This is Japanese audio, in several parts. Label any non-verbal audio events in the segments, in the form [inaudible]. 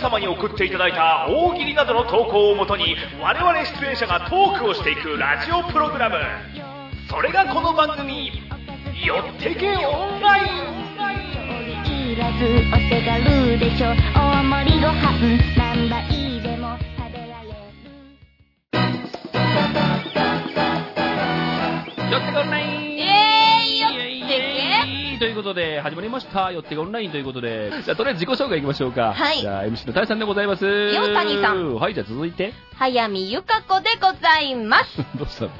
様に送っていただいた大喜利などの投稿をもとに我々出演者がトークをしていくラジオプログラムそれがこの番組「よってけオンライン」いらずお手軽でしょ大盛りご飯何杯でも食べられる寄ってこオンラインえーよってということで、始まりました。寄ってこオンラインということで。じゃあ、とりあえず自己紹介いきましょうか。はいじゃあ、MC の谷さんでございます。よ谷さんはい、じゃあ続いて。早見ゆか子でございます。 [laughs] どうしたの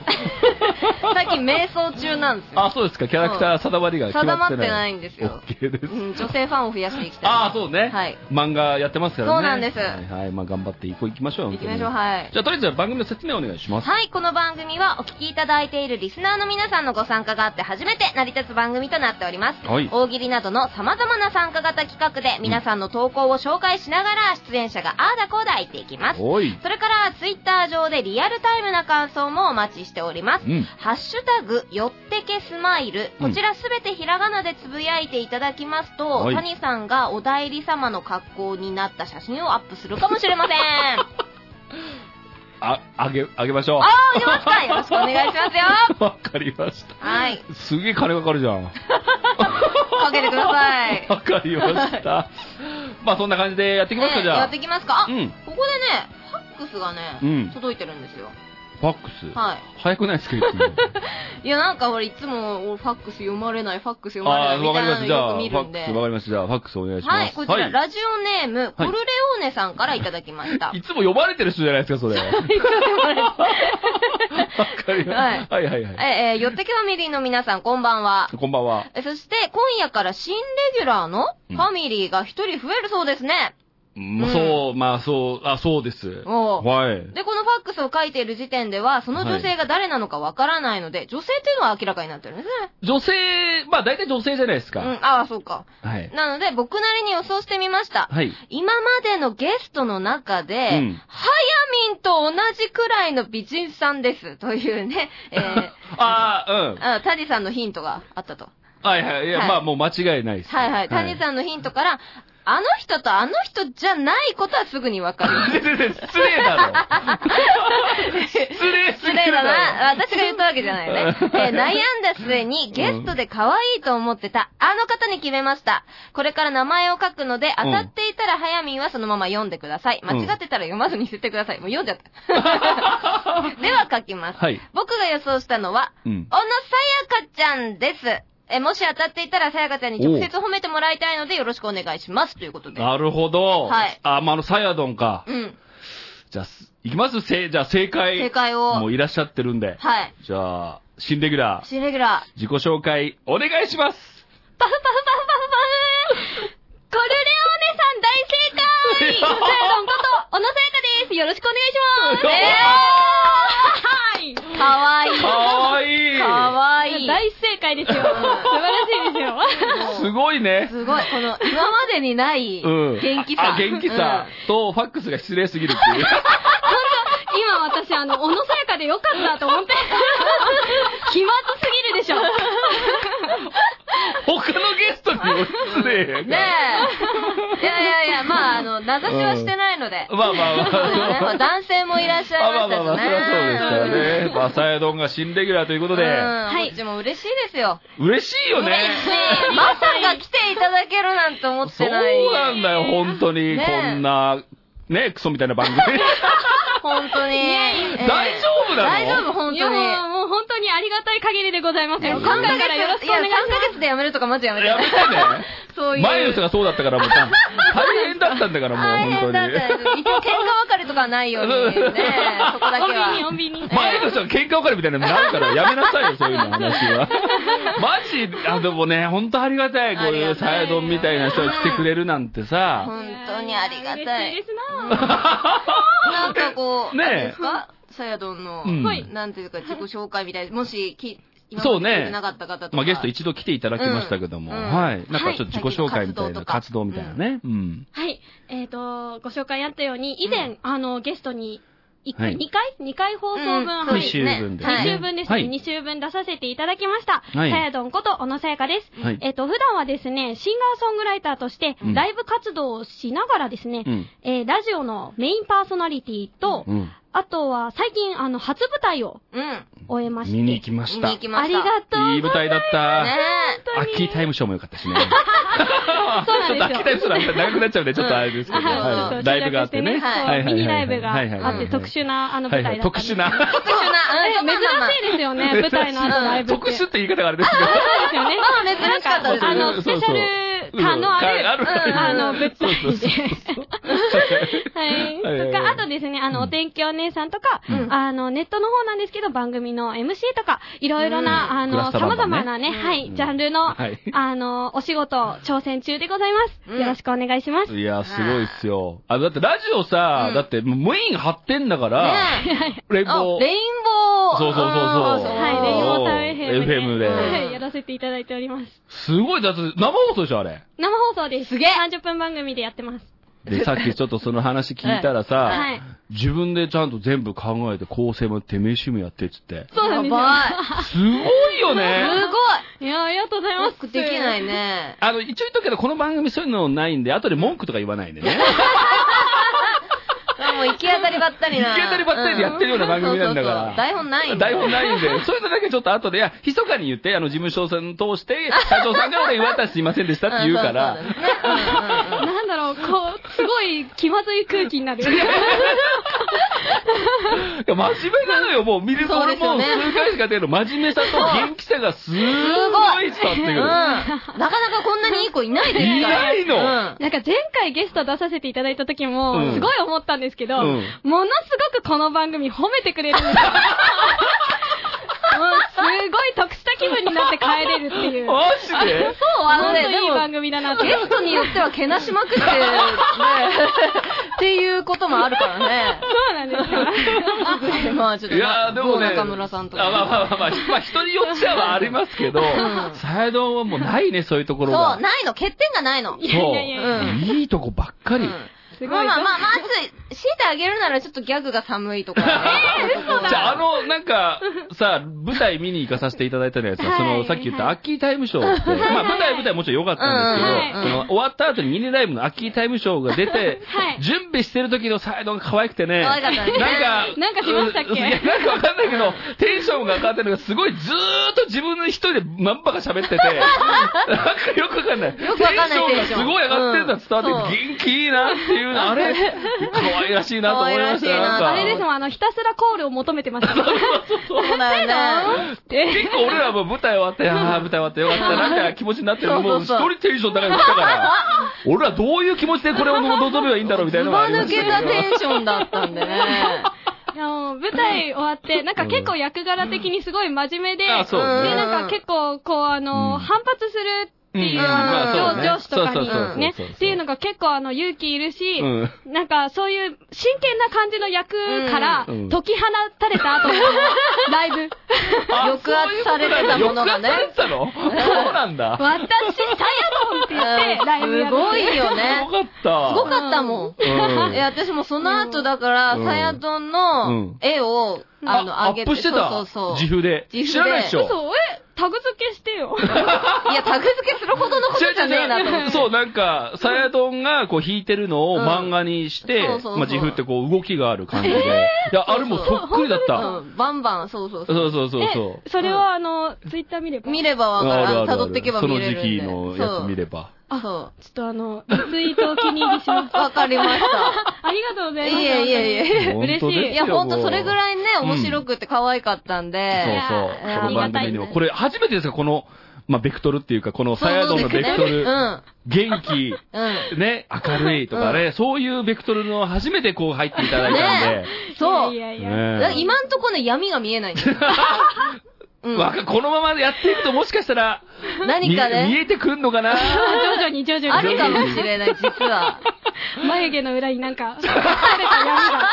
最近瞑想中なんですよ。あ、そうですか。キャラクター定まりが決定ままっっててない。ないんですよ。 OK [laughs] です。うん、女性ファンを増やしていきたい。ああ、そうね。はい。漫画やってますからね。そうなんですはい、はいまあ頑張っていこう、行きましょう。行きましょう、い。はい。じゃあ、とりあえず番組の説明お願いします。はい、この番組はお聞きいただいているリスナーの皆さんのご参加があって初めて成り立つ番組となっております。はい大喜利などの様々な参加型企画で皆さんの投稿を紹介しながら出演者がああだこうだ言っていきます。おい。それから、ツイッター上でリアルタイムな感想もお待ちしております。うん。ハッシュタグ、よってけスマイル。こちらすべてひらがなでつぶやいていただきますと、はい谷さんがお代理様の格好になった写真をアップするかもし [laughs] れません。ああ、あげ、あげましょう。あ、出ましたよろしくお願いしますよ [laughs] わかりました。はい。すげえ金かかるじゃん。かけてください。わかりました。まあそんな感じでやっていきますえか、えじゃやあっ。ていきますか。あ、うこん。こでね、ファックスがね、うん届いてるんですよ。ファックス。は早くないですか、いつもい。いや、なんか俺いつも、俺ファックス読まれない、ファックス読まれなあいあ、みわかたりいましなのた。じゃよあ、ファッく見るんクでス、。わかりました。じゃあ、ファックスお願いします。はい、こちら、はラジオネーム、コルレオーネさんからいただきました。 [laughs] い。いつも呼ばれてる人じゃないですか、それ。わいつも読まれてかりました。はいはいはい。え、えー、よってけファミリーの皆さん、こんばんは。こんばんは。えそして、今夜から新レギュラーのうフんァミリーが一人増えるそうですね。まあそう、まあそう、あ、そうです。おうはい。で、このファックスを書いている時点では、その女性が誰なのかわからないので、女性っていうのは明らかになってるんですね。女性、まあ大体女性じゃないですうか。ん、ああ、そうか。はい。なので、僕なりに予想してみました。はい。今までのゲストの中で、はやんみんと同じくらいの美人さんです。というね、えー [laughs] ああ、うん。あ、タデさんのヒントがあったと。はいはい。いや、はいまあもう間違いないです。はいはい。タデさんのヒントから、あの人とあの人じゃないことはすぐにわかる。失 [laughs] 礼だろ。失礼す失ぎる礼だだな。 [laughs] 私が言ったわけじゃないよね。えー悩んだ末にゲストで可愛いと思ってたあの方に決めました。これから名前を書くので、当たっていたら早見はそのまま読んでください。間違ってたら読まずに捨ててください。もう読んじゃ [laughs] った。では書きまろ。す。はい。僕が予想したのは、うん。小野さやかちゃんです。え、もし当たっていたらさやかちゃんに直接褒めてもらいたいのでよろしくお願いします。ということで。なるほど。はいあ、まあ、あの、サヤドンか。うん。じゃあ、すいきますせじゃあ、正解。正解を。もういらっしゃってるんで。はい。じゃあ、新レギュラー、新レギュラー。自己紹介、お願いします。パフパフパフパフパフコルレオーネさん大正解さやどんこと、小野さやかです。よろしくお願いします。えー、 [laughs] かわいい。かわいい。かわいい。大正解ですよ。素晴らしいですよ。すごいね。すごい。この、今までにないうん。元気さ。あ、元気さうん。と、ファックスが失礼すぎるって [laughs] いう。今私、あの、小野さやかでよかったと思 [laughs] って。気まずすぎるでしょ。他のゲストにも失礼。ねえ。いやいやいや、まあ、あの、名指しはしてないので。まあまあまあ。そうですねまあ男性もいらっしゃあいまましあまあまあ、そりゃそうですかたしね。らね。まあ、サヤドンが新レギュラーということうん、で、はい。こっちも嬉しいですよ。嬉しいよね。まさか来ていただけるなんて思っそてうない。なんだよ、本当に。ねこんな、ね、クソみたいな番組。本当に。ええ大丈夫なの大丈夫、本い当やに。もう本当にありがたい限りでござ [laughs] います3よ。今ヶ回からよろし月、いくお願や、い3しまヶ月でやめるとかマジやめて。やめてね。そういう。前の人がそうだったから、もう大大変だったんだから、大もう変本当だっにた。よ。一応喧嘩別れとかはないようにね、そこだけす。 [laughs] は。穏便に、穏便に。前の人が喧嘩別れみたいなのになるから、やめなさいよ、そういうの話 [laughs] は。マジ、あ、でもね、本当ありがたい、こういうサヤドンみたいな人が来てくれるなんてさ。本当にありがた嬉しいい。ですななんかこう、ねえあれですかさやどんの、うんはいなんていうか自己紹介みたいな、もし、き今そうまでね聞いてなかった方とか。まあ、ゲスト一度来ていただきましたけども、うんうんはい。なんかちょっと自己紹介みたいな、はい活活動動とかみたいなね。うん。はい。えっ、と、ご紹介あったように、以前、あの、ゲストに1は回、い2回 ?2 回放送分、うんはそうい二です週分で2はい週分ですね。はい2週分出させていただきました。ははいい、さやどんこと小野さやかです。はいえっと、普段はですね、シンガーソングライターとしてうん、ライブ活動をしながらですね、うん。えーラジオのメインパーソナリティと、うん。あとは最近、あの、初舞台をうん。終えまして。見に行きまし見た。にい行きいまあしりた。がとう。舞台だった。ねアッキータイムショーも良かったしね。そうちょっとなアんッでキすータイ。ムショーよなんか長くなっちゃうんで、ちょっとあれですけど。はいはいそうライブがあってね。集はい約してミニライブがあって、特殊殊なあのは舞いは台い。だったん特で。殊な。え特殊な。えうん、まあまあまあ珍しいですよね、舞台のあのライブって。 [laughs] 特殊って言い方があれですけど。ですよね。まあ珍しかったですあの、スそうそうペシャル感のある、感あるうんあの、舞台そうそうそうで。はいははい。いとはいか、あとですね、あの、お天気お姉さんとか、うんあの、ネットの方なんですけど、番組の MC とか、いろいろな、うんあグラの、スタバン様バンね々なね、はういん、ジャンルの、はいあの、お仕事、挑戦中でございます。うんよろしくお願いします。いや、すごいっすよ。あ、だってラジオさ、うんだってもうメイン張ってんだから、ねレえ。インあボ、ーレインボー。そうそうそうそうはい、レインボータウン FM FM で。ではい、やらせていただいております。すごい、だって生放送でしょ、あれ。生放送です。すげえ30分番組でやってます。 [laughs] で、さっきちょっとその話聞いたらさ、はい。自分でちゃんと全部考えて構成もやって、名刺もやってっつって。そうなんですよ。やすごいよばい。ねすごいや、ありがとうございい。まよす。くできない [laughs] ね。あの、一応言っとくけど、この番組そういうのないんで、後で文句とか言わないで [laughs] ね。もう行き当たりばったりな。行き当たりばったりでやってるような番組なんだからうそうそう台本ないんだ台本ないん [laughs] で、そういうのだけちょっと後で、いや、密かに言って、あの、事務所さん通して、社長さんからね、私すいませんでしたって言うから、 [laughs] んそうそうそううんうんうんなんだろう、こう、すごい気まずい空気になる。いや真面目なのよ、もう、見るとそう俺ですよもうね数回しか出る真面目さと元気さがすごい伝わってくうん。る。なかなかこんなにいい子いないですから。いないのうんなんか前回ゲスト出させていただいた時うもん、すごい思ったんですけど、うんものすごくこの番組褒めてくれるんですよ。もう [laughs] すごい得した気分になって帰れるっていう。マジでそう、あの本当ね、にいい番で組だなも、と。ゲストによってはけなしまくって、ね、っていうこともあるからね。そうなんですよ。まあちょっと、いやーでもね、某中村さんとあまあまか。あまあまあ、まあ人によっちゃはありますけど、んサヤドンはもうないね、そういうとこそろう、が。ないの、欠点がないの。いそやういやいやいや。うんいいとこばっかり。 [laughs] すごい。まあまあまあ、まず、強いてあげるならちょっとギャグが寒いとか。えー、嘘じゃあ、あの、なんか、さ、舞台見に行かさせていただいたのやつは、はいその、さっき言ったアッキータイムショーって、まあ、舞台舞台もちろん良かったんですけど、うそんの、終わった後にミニライブのアッキータイムショーが出て、はい準備してる時のサイドが可愛くてね、可愛かったねなんか、なんかしましたっけうんいやなんかわかんないけど、テンションが上がってるのが、すごいずーっと自分の一人でまんばか喋ってて、なんかよくわかんない。よくわかんないテテンンシショョンがすンごい上がってるのは伝わって、う元気いいなっていう、あれ、可愛らしいなと思いました。可愛らしいななんかあれですもん、あの、ひたすらコールを求めてました。そうだよね。結構俺らも舞台終わって、ああ、舞台終わってよかったな、みたいな気持ちになってる。もう一そうそうそう人テンション高いの来たから、俺らどういう気持ちでこれを望めばいいんだろう、みたいなずのがあばりま抜しけたテたンションだったんでね。いやもう舞台終わって、 [laughs] なんか結構役柄的にすごい真面目で、うんあそうねで、なんか結構、こう、あうんの、反発するっていう、うんまああそうの、ね上司とかそうそうそうそうに、ねそうそう、っていうのが結構、あの、勇気いるし、うんなんかそういう真剣な感じの役からうん解き放たれた後 [laughs] のライブ。あ [laughs] 抑圧されてたものが抑圧ねされてたのそうなんだ。私、サヤドンって言って、ライブやする。ごいよすねご。かった。すごかったもん。うんいや、私もその後だから、うんさやどんうんの絵を、あの、あ、あアげッて。プしてた。そうそうそう。自負で。自負で知らないでしょ。そう、え、タグ付けしてよ。いや、タグ付けするほどのことじゃねえなと思って。そう、なんか、サヤドンがこう弾いてるのをうん漫画にして、そうそうそうまあ、自負ってこう動きがある感じで。いや、あれもうそっくりだった。うんバンバン、そうそうそう。そうそうそうそえ、それはあの、ツイッター見れば。見ればう。わかる。あの辿っていけば見れそのるんで。時期のやつ見れば。ば。そう。ちょっとあの、ツイートを気に入りします。わかりました。 [laughs] ありがとうございいます。えいえいえ。嬉本し当ですよいいや、ほんとそれぐらいね、うん面白くて可愛かったんそで。うそういや。この番組にありがたいも。ねこれ初めてですか、この、まあ、ベクトルっていうか、このそうサヤドンのベクトルう。ん。元気。うん。ね、明るいとかね、そういうベクトルの初めてこう入っていただいたそう。いやいやいや。んだからで。ね今んとこね、闇が見えないんですようんわかこのままでやっていくともしかしたら、何か見見ね、えてくんのかな徐々に徐々に。あるかもしれない、実 [laughs] は。眉毛の裏になんか、隠された闇が。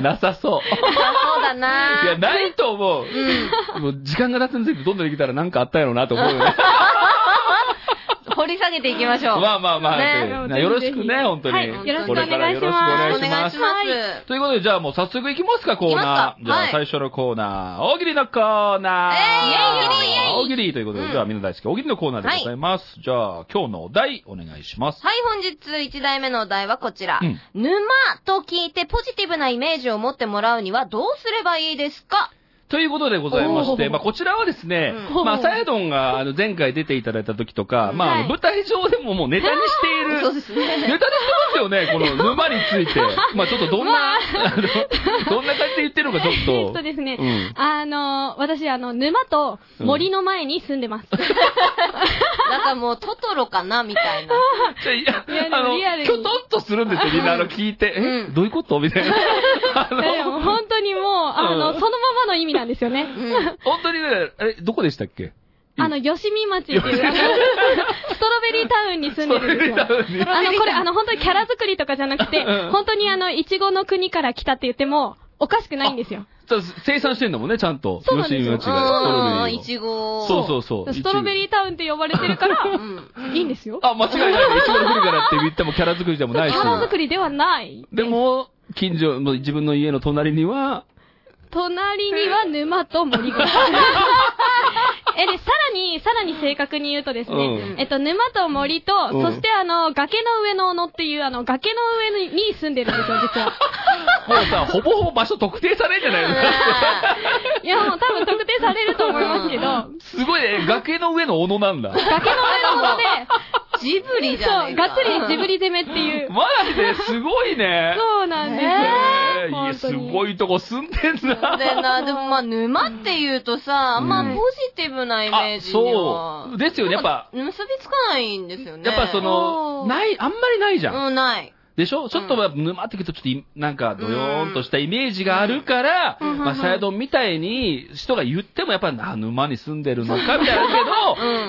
なさそう。あそうだいや、なないと思う。うん。もう時間が経つにつれてどんどんできたらなんかあったやろうなと思うよね。掘りり下げていきましょう。まあまあまあ、ねねよろしくぜひぜね、ひ本当に。はいよろしくお願これいしますからよろしくお願いおし願まいしす。ます。ということで、じゃあもう早速行きますか、コーナ行ー。きますかじゃはあい最初のコーナー、大喜利のコーナー。えいイエイイエイイエイ大喜利ということで、うんじゃあみんな大好き、大喜利のコーナーでございます。じゃあ、今日のお題、お願いします。はい、本日1題目のお題はこちら。うん沼と聞いてポジティブなイメージを持ってもらうにはどうすればいいですかということでございまして、まあ、こちらはですね、うんまあ、サヤドンが、あの、前回出ていただいた時とか、まああはの、い舞台上でももうネタにしている、 [laughs] そうですネね。タにしてますよね、この沼について。まあ、ちょっとどんな、あの、どんな感じで言ってるのかちょ [laughs] っと。そうですね。うんあの、私、あの、沼と森の前に住んで [laughs] ます。なんかもうトトロかなみたいな。じゃあいいやでや、もあの、リアルにきょとんとするんですよ、みんな、あの、聞いて。うえ、[laughs] んどういうことみたいな。あ [laughs] の、でも本当にもう、あの、そのままの意味なんですよね。うん。本当にね、あれ、どこでしたっけあの、吉見町っ [laughs] ていう、ストロベリータウンに住んでるんですよ。に。あの、これ、あの、本当にキャラ作りとかじゃなくてうん、本当にあの、いちごの国から来たって言っても、おかしくないんですよ。ちょっと生産してんだもんね、ちゃんと。そうなんですよ吉井町がストロベリーをうん、いちごを。そうそうそう。ストロベー。リータウンって呼ばれてるから、うん。いいんですよ。あ、間違いない。いちごの国からって言ってもキャラ作りでもキないし。ャラ作りではない。でも、近所、もう自分の家の隣には、隣には沼と [laughs] 森が。え、で、さらに、さらに正確に言うとですね、うんえっと、沼と森と、うんそしてあの、崖の上の小野っていう、あの、崖の上にに住んでるんですよ、[laughs] 実は。もうさ、ほぼほぼ場所特定されんじゃないのいや、もう多分特定されると思いま [laughs] すけど、う崖のすごいね、崖の上の斧なんだ。上の小野で、ジブリじゃなそう、いがかっつりジブリ攻めっていう。マジですごいね。そうなんですよ。えーいや本当すにごいとこ住んでんな。で [laughs] な、でもまあ、沼っていうとさ、あんまうんポジティブなイメ [laughs] ーあ、ジには。そう。ですよね、やっぱ、結びつかないんですよね。やっぱその、おーない、あんまりないじゃん。うん、ない。でしょちょっとまあ沼ってくると、ちょっとい、なんか、どよーんとしたイメージがあるから、うんまあ、サヤドンみたいに、人が言っても、やっぱり、あ、沼に住んでるのか、みたいなう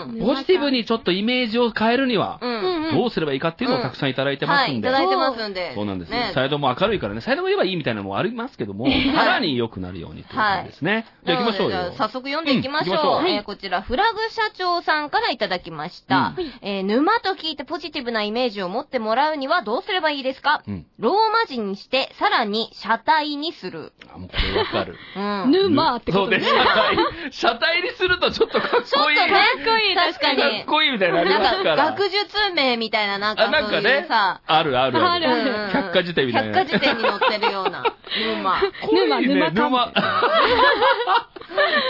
けん。ど、ポジティブにちょっとイメージを変えるにはう、。うんんうんどうすればいいかっていうのをたくさんいただいてまはすい、んいで。ただいてますんで。そうなんですね。サヤドンも明るいからね、サヤドンも言えばいいみたいなのもありますけども、さらに良くなるようにっていうことですね。じゃあ行きましょうよなので。じゃあ早速読んでいきましょう。うん行きましょうはいえーこちら、フラグ社長さんからいただきました。うえー沼と聞いてポジティブなイメージを持ってもらうにはどうすればいいですか、うんローマ字にして、さらに車体にする。あ、もうこれわかる。うん。沼ってことそうね、車体。車体にするとちょっとかっこいい。かっこいい、確確かかに。にかっこいいみたいなのありますかなんら。か、学術名みたいな、なんかあ、なんそうかいねうさ、、あるあるあるあるうんうん百科事典みたいな。百科事典に載ってるような。 [laughs] 沼。沼、沼沼、沼か沼。 [laughs]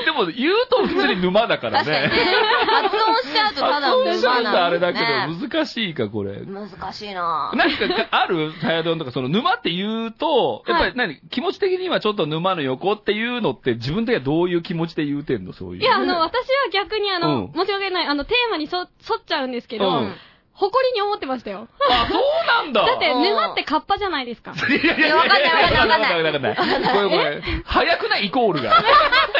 でも、言うと普通に沼だから確かにねね。。発音しちゃうとただ発の音しちゃ沼うとなあんでれすだね。けど、難しいか、これ。難しいなぁ。なんかか、あるサヤドンとか、その、沼って言うと、やっぱり何、気持ち的にはちょっと沼の横っていうのって、自分的にはどういう気持ちで言うてんのそういう。いや、あの、私は逆にあの、うん申し訳ない、あの、テーマにそ沿っちゃうんですけうど、ん。誇りに思ってましたよ。あ、そうなんだだって、うん沼ってカッパじゃないですか。いやいやいやわかんないわかんないわかんない。わかんない。これこれ、早くないイコールが。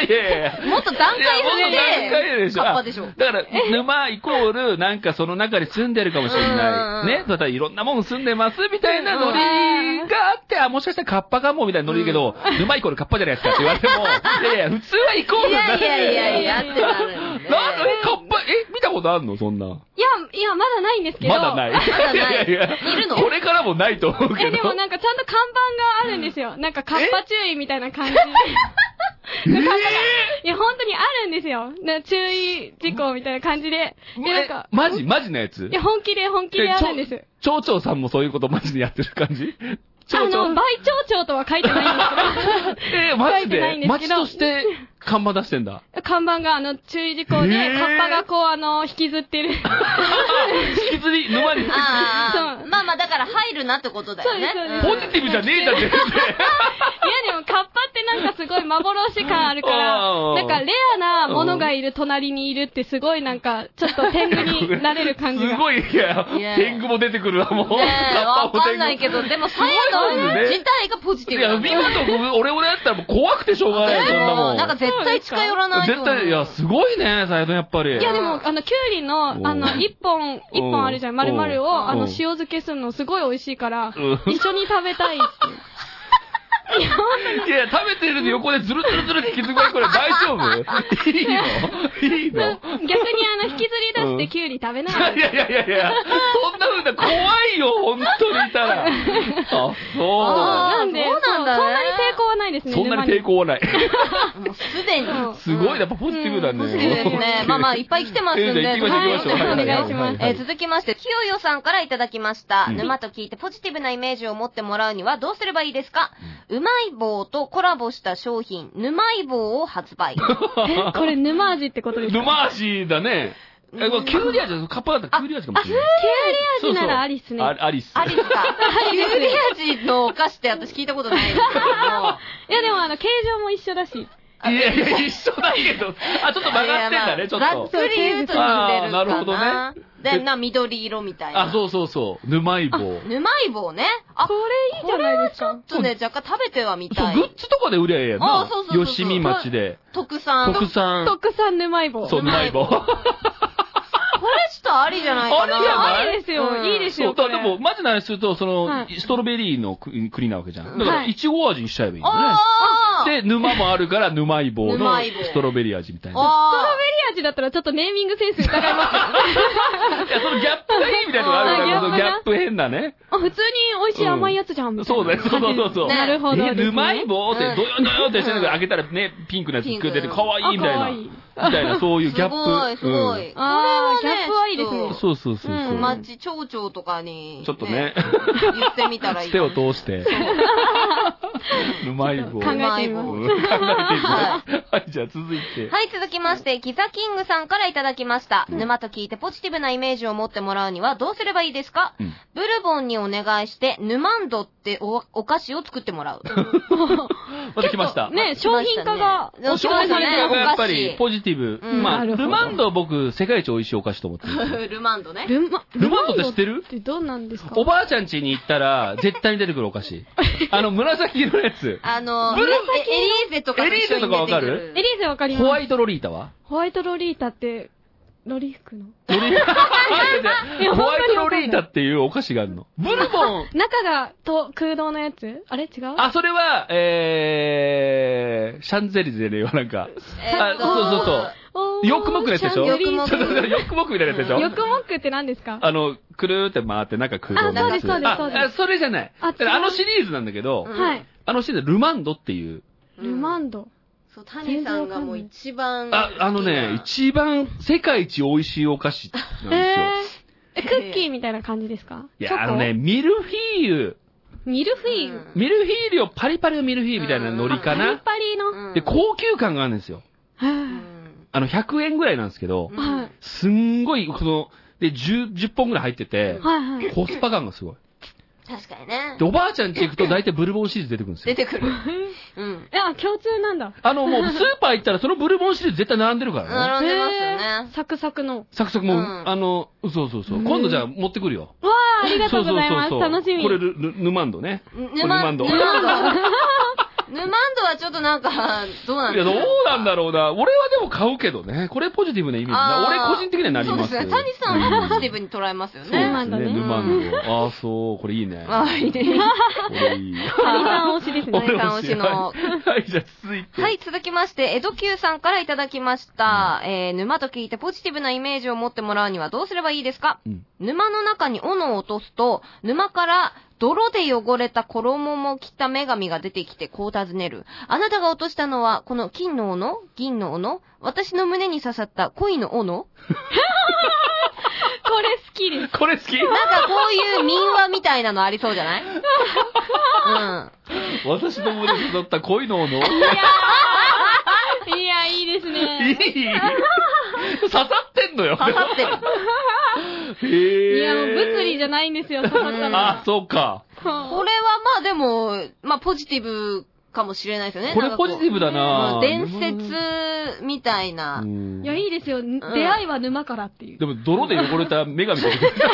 いやいやいや。もっと段いや階もう踏ん段階でで、しょ。カッパでしょあ。だから、沼イコール、なんかその中に住んでるかもしれうんうんうなんい。ね。だったらいろんなもん住んでます、みたいなノリがあって、あ、もしかしたらカッパかも、みたいなノリだけど、沼イコールカッパじゃないですかって言われても、いやいや、普通はイコールいになやるいやいやいや、いっやていなやるんで。なんだ、え、カッパ、え、見たことあんのそんな。いや、いや、まだないんですけど。まだない。だないいやいやいるのこれからもないと思うけえ、どで。もなんかちゃんと看板があるんですよ。なんかカッパ注意みたいな感じ。いや、本当にあるんですよ。な注意事項みたいな感じで。で、なんか、マジマジなやついや、本気で本気であるんです。町長さんもそういうことマジでやってる感じあ町長の、倍町長とは書いてないんですえー、マジ書いてないんでです町けどとして看板出してんだ。けど、看板があの、注意事項で、えーカッパがこう、あの、引きずってる。 [laughs] 引きずり、沼に。ああそああ、うまあまあ、だから入るなってことだよね。そうですそうですポジティブじゃねえじゃん、全然。いやでも、カッパってなんかすごい幻感あるからうん、なんかレアなものがいる隣にいるってすごいなんか、ちょっと天狗 [laughs] になれる感じすが。ごい、いやいや、天狗も出てくるわ、もう。ねえ、カッわパも天狗かんないけど、でも、サヤドン自体がポジティいブなや、ん見だ事、俺俺やったらもう怖くてしょうがないよ、そんなもん。なんか絶対近寄らないと思絶う対、いや、すごいね、サイドやっぱり。いやでも、あの、キュウリうんの、あの、一本、一本あるじゃ、うんん丸々うんを、あの、うん塩漬けするのすごい美味しいからうん、一緒に食べたいっていう。 [laughs] いや、食べてる横でズルズルズルって引きずるこれ大丈夫いいのいいの逆にあの、引きずり出してキュウリ食べないやいやいやいや、そんな風な怖いよ、本当にいたら。 [laughs] あ、あそなんで、そうなんだねそんなに抵抗はないですう。ね。そんなに抵抗はない。もうすでに。すごいな、やっぱポジティブだね。ポジティブですね。まあま [laughs] あ、いっぱい来てますんで。えーじゃあ行きましょう行きましょうはいはいはいお願いしますはえー続きまして、きよよさんからいただきました。うん沼と聞いてポジティブなイメージを持ってもらうにはどうすればいいですか、うまい棒とコラボした商品、沼い棒を発 [laughs] 売。えこれ、沼味ってことですか沼足だね。え、これ、キュウリ味だ、カッパだったらキュウリ味かもしれない。キュウリ味ならありっすね。あありっす。ありですかキュウリ味のお菓子って私聞いたことないですけども。いや、でもあの、形状も一緒だし。いやいや、一緒だけど。あ、ちょっと曲がってんだね、ちょっざっと。くり言うと似てるかな。あーなるほどねで、な、緑色みたいな。あ、そうそうそう。沼い棒。沼い棒ね。あ、これいいじゃないですか。ちょっとね、若干食べてはみそたう、グい。ッズとかで売りゃええやんなあそうそうそうそう吉見町で。特産。国産。特産沼い棒。そう、沼い棒。これちょっとありじゃないかな。ありやばありですうよ。んいいですそよ。う、だこかれらでも、マジな話すると、その、はいストロベリーの国国なわけじゃん。だかはら、いいちご味にしちゃえばいいよね。あーで、沼もあるから、沼い棒の沼い棒ストロベリー味みたいな。ストロあベリー味だったらちょっとネーミングセンス疑 [laughs] いますよ。いや、そのギャップがいいみたいなのがあるから、あーそのギギャャッップ変なね。あ、普通に美味しい甘いやつじゃん、みたいそうなだよ、そうそうそうそう。ねなるほどですえ、ね。沼い棒って、うんドヨドヨってしてるけど、開けたらね、ピンクのやつ作ってピて、ンクかわいいみたいあ可な。愛いみたいな、そういうー。ギャッすプ。ごい、すごい。これあはーギャップはいいですねうねん。そうそうそうそうう。ん、マッチ町長とかに。ちょっと [laughs] ね言ってみたらいい。つてを通 [laughs] して。沼い棒。考えてみますうん考えてみます。 [laughs] はい、じゃあ続いて。はい、続きまして、キザキングさんからいただきました。沼と聞いてポジティブなイメージを持ってもらうにはどうすればいいですか、うんブルボンにお願いして、ヌマンドっておお菓子を作ってもらう。また来ました。ね、商品化が。ね商品化がやっぱおり菓ポジティブ。うんまあ、なるほどルマンドは僕、世界一美味しいお菓子と思ってる。 [laughs] 子ルマンドね。ルマ、ルマンドって知ってるってどうなんですかおばあちゃん家に行ったら、絶対に出てくるお菓 [laughs] 子。あの、紫色のやつ。あの、ブルボンえエリーゼとかエリーゼとかわかるエリーゼわかりますホワイトロリータはホワイトロリータって、ロリ服のロリータ [laughs] やホワイトロリータっていうお菓子があるの。ブルボン中がと空洞のやつあれ違うあ、それは、えー、シャンゼリゼでよ、なんか。あ、そうそうそう。おーよくもくのやつでしょシャンデリよくもそうそうそう、よくもくみたいなやつでしょよくもくって何ですかあの、くるーって回って、なんか空洞のやつあそうですそうですそうですああそれじゃない。あ違だうからあのシリーズなんだけど、うんはい。あのシリーズ、ルマンドっていう。うんルマンド。そう、谷さんがもう一番。あ、あのね、一番、世界一美味しいお菓子なんえですよ。ー [laughs] え、クッキーみたいな感じですかいチョや、コあのね、ミルフィーユ。ミルフィーユ。ミルフィーユをパリパリのミルフィーユみたいな海苔かパリな。パリの。で、高級感があるんですよ。うん。はあの、100円ぐらいなんですけどう、んはいすんごい、この、で、10、10本ぐらい入っててい。、はい [laughs] はい。コスパ感がすごい。確かにねで、。おばあちゃん家行くと大体ブルボンシリーズ出てくるんです出よ。てくる。うん。え、あ、共通なんだ。あの、もう、スーパー行ったらそのブルボンシリーズ絶対並んでるからね。並んでますよえーね。サクサクの。サクサクもう、うんあの、そうそうそう。うん今度じゃあ持ってくるよ。わあ、ありがとうございます。そうそうそうそう楽しみ。こ [laughs] れ、ル、ル、ヌマンドね。ヌマンド。こヌれルママンンド。ヌマンドはちょっとなんか、どうな [laughs] んいや、ですどかうなんだろうな。俺はでも買うけどね。これポジティブなイメージだ。あー俺個人的にはなります。そうですね。谷さんはポジティブに捉えますよそうね。ですね、ねルマンド。ああ、そう、これいいね。ああ、いいね。これいい。谷さん推しですね。俺推しの [laughs] はい、じゃあ続いて。はい、続きまして、江戸急さんからいただきました。えー、沼と聞いてポジティブなイメージを持ってもらうにはどうすればいいですか、うん沼の中に斧を落とすと、沼から泥で汚れた衣も着た女神が出てきてこう尋ねる。あなたが落としたのは、この金の斧銀の斧私の胸に刺さった恋の斧これ好きです。これ好きなんかこういう民話みたいなのありそうじ [laughs] ゃないうん。私の胸に刺さった恋の斧い [laughs] いや、いいですね。い刺さってんのよ。刺さってる。へえ。いや、もう物理じゃないんですよ、刺さったのあは、。そうか。そうこれはまあでも、まあポジティブかもしれないですよね。こなれんかこポうジティブだなうん伝説みたいな。うんいや、いいですよ。出会いは沼からっていうで。も、泥で汚れた女神が出てくる。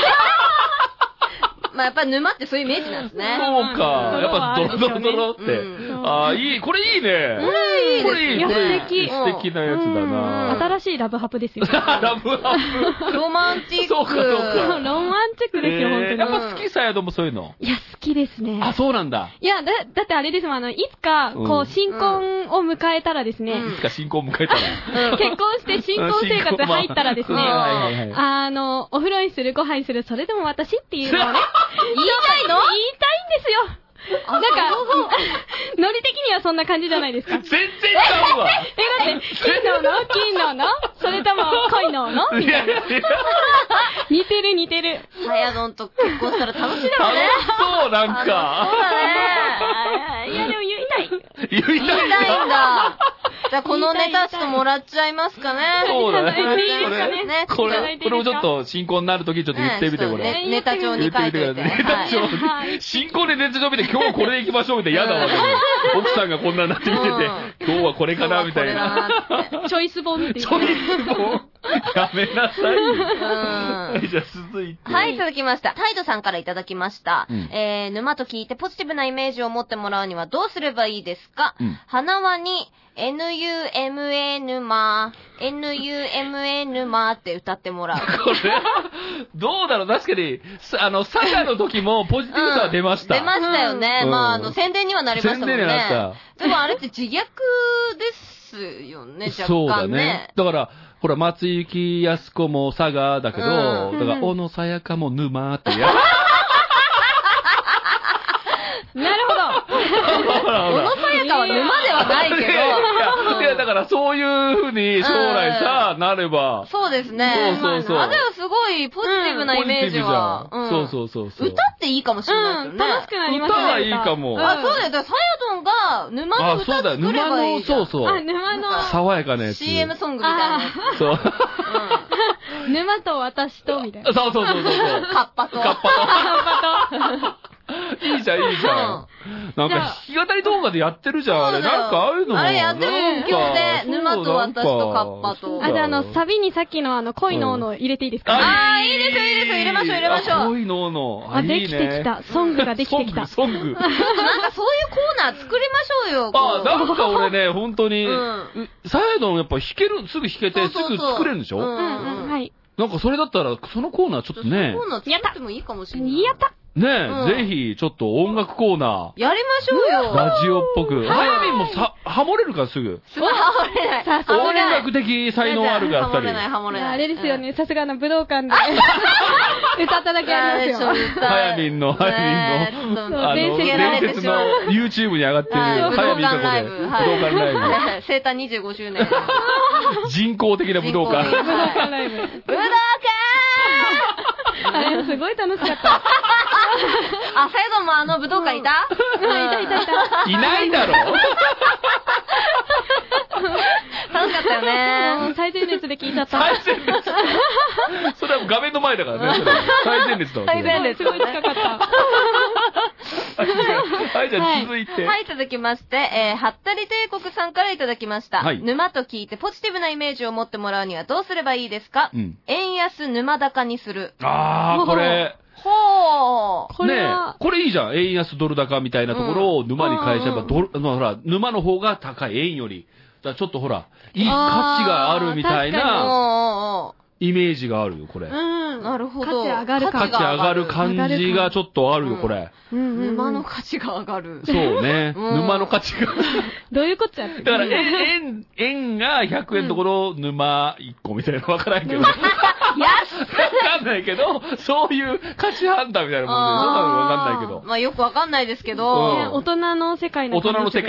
まあやっぱり沼ってそういうイメージなんですね。そうか。やっぱドロドロドロっうて。ああ、いい。これいいね。これいいですこねれいいいや素敵素敵なやつだな。新しいラブハプですよ。 [laughs] ラブアップ。ロマンチック。そうかそうロマンチックですよ、えーやっ本ぱ好きさやどもそういうの。当に。いや、好きですね。あ、そうなんだ。いや、だ、だってあれですもん、あの、いつか、うこんう、新婚を迎えたらですね、うんいつか新婚迎えたら。結婚して新婚生活入ったらですね、うん新婚まあはいはいはい。の、お風呂にする、ご飯にする、それでも私っていうのをね、言いたいの言いたいんですよなんか、 [laughs] ノリ的にはそんな感じじゃないですか。え、全然ちゃうわ。だって、金のの金ののそれとも恋ののいやいやいや似てる似てる。ハヤドンと結婚したら楽しいだろう楽ね。しそう、な楽んしそうか。だね。いや、でも言いたい。言いたい言いたいんだ。じゃあこのネタちょっともらっちゃいますかね。そうだいただいていいですかね。ねこいただいれ、てこいいですかれもちょっと進行になるときちょっと言ってみて、こそうねれ。ネタ帳に言っ書ていみてておいくて。ださい。ネタ帳はいはい進行でネタ帳見て、今日これで行きましょうみたいな、嫌だわ。奥さんがこんなになって見てて、今日はこれかなみたいな。今日はこれだなってチョイス本ってち言ょっいて。もう、やめなさいよ。うんじゃあ続いて。はい、続きました。タイドさんからいただきました。うんえー、沼と聞いてポジティブなイメージを持ってもらうにはどうすればいいですか、うん花輪に、NUMA 沼、NUMA 沼って歌っても [laughs] らう。これ、どうだろう確かに、さあの、サガの時もポジティブさは出ました。出ましたよね。うんまあ、あの、宣伝にはなりましたもんね。宣伝にはなっでもあれって自虐ですよね、若干ね。そうだね。だから、ほら、松雪康子も佐賀だけど、うんだから、小野さやかも沼ってや。なるほど。ほら小ほ野らさやかは沼ではないけいやど。いや、だからそういう風に将来さ、なれば。そうですね。そうそうそうまあでもすごいポジティブなイメージは。ポジティブじゃんそうそうそうそう。歌っていいかもしれないでうすん、よね。楽しくなります歌はいいかもうんあ、そうだよ。だから、さやどんが沼のあ、そう歌だ、作れ沼ばいの、いじゃん。そうそう。あ、沼の、爽やかなやつ。 CM ソングみたいなやそう。 [laughs] つ。うん沼と私と、みたいな。そうそうそうそう。カッパと。カッパと。いいじゃん、いいじゃん。なんじゃあか弾き語り動画でやってるじゃん、あそれ。うだよなんかああいうのも。あれやってるなんか今日でそう沼と私とカッパとそうだ [laughs] あ、じゃあ、あの、サビにさっきのあの、恋のの入れていいですかあーいいですよいいですよ入れましょう入れましょうあこういうのの。あ、できてきた。ソングができてきた。ソング、ソング。なんかそういうコーナー作りましょうよ。こあ、うなんか俺 [laughs] ね、本当に、うんサイドンやっぱ弾ける、すぐ弾けて、そうそうそうすぐ作れるんでしょ、うんうんうん、はい。なんかそれだったら、そのコーナーちょっとねコ、ーナー作ってもいいかもしれない。やったね、うんぜひ、ちょっと音楽コーナやりましょうー、よ。ラジオっぽく。はやみんもさ、ハモれるからすぐ。すごい、ハモれない。さすハがモ音れない楽的才能あるがハあっモたれり。ない、ハモれない。あれですようん。ね、さすがあの武道館で。歌っただけありますよ。ははやみんのはやみんのそうあの、伝説の伝説の YouTube に上がってる、ははいやみんとこラでイブ、武道はい館ライ [laughs] 生誕25周年。ブ。人工的な武道人工的館。武道館ライブ。武道館あれ、すごい楽しかった。 [laughs] あ、サイドもあの武道館いたい [laughs] たいたいた。いないだろ楽しかったよもうね。最前列で聞いちゃった。最前列。それは画面の前だからね。それは最前列だわ。最前列すごい近かった。はい、じゃあ続いて。はい、続きまして、えー、はったり帝国さんからいただきました。はい沼と聞いてポジティブなイメージを持ってもらうにはどうすればいいですか、うん円安沼高にする。あー、これ。ほー。これはね、これいいじゃん。円安ドル高みたいなところを沼に変えちゃえば、うんドル、あのほら、沼の方が高い、円より。だからちょっとほら、いい価値があるみたいおーあなおーおイメージがあるよ、これ。うん。ーなるほど。価値上がる価か値上がる感じがちょっとあるよ、これ。うんうんうん沼の価値が上がる。そうね。うん沼の価値が。どういうことやってだから、円、円が100円のところ、沼1個みたいなのわからんけど。わかんないけど、そういう価値判断みたいなもんで、そんなのわかんないけど。まあよくわかんないですけうんど、ね大人の世界大な人感のじす世る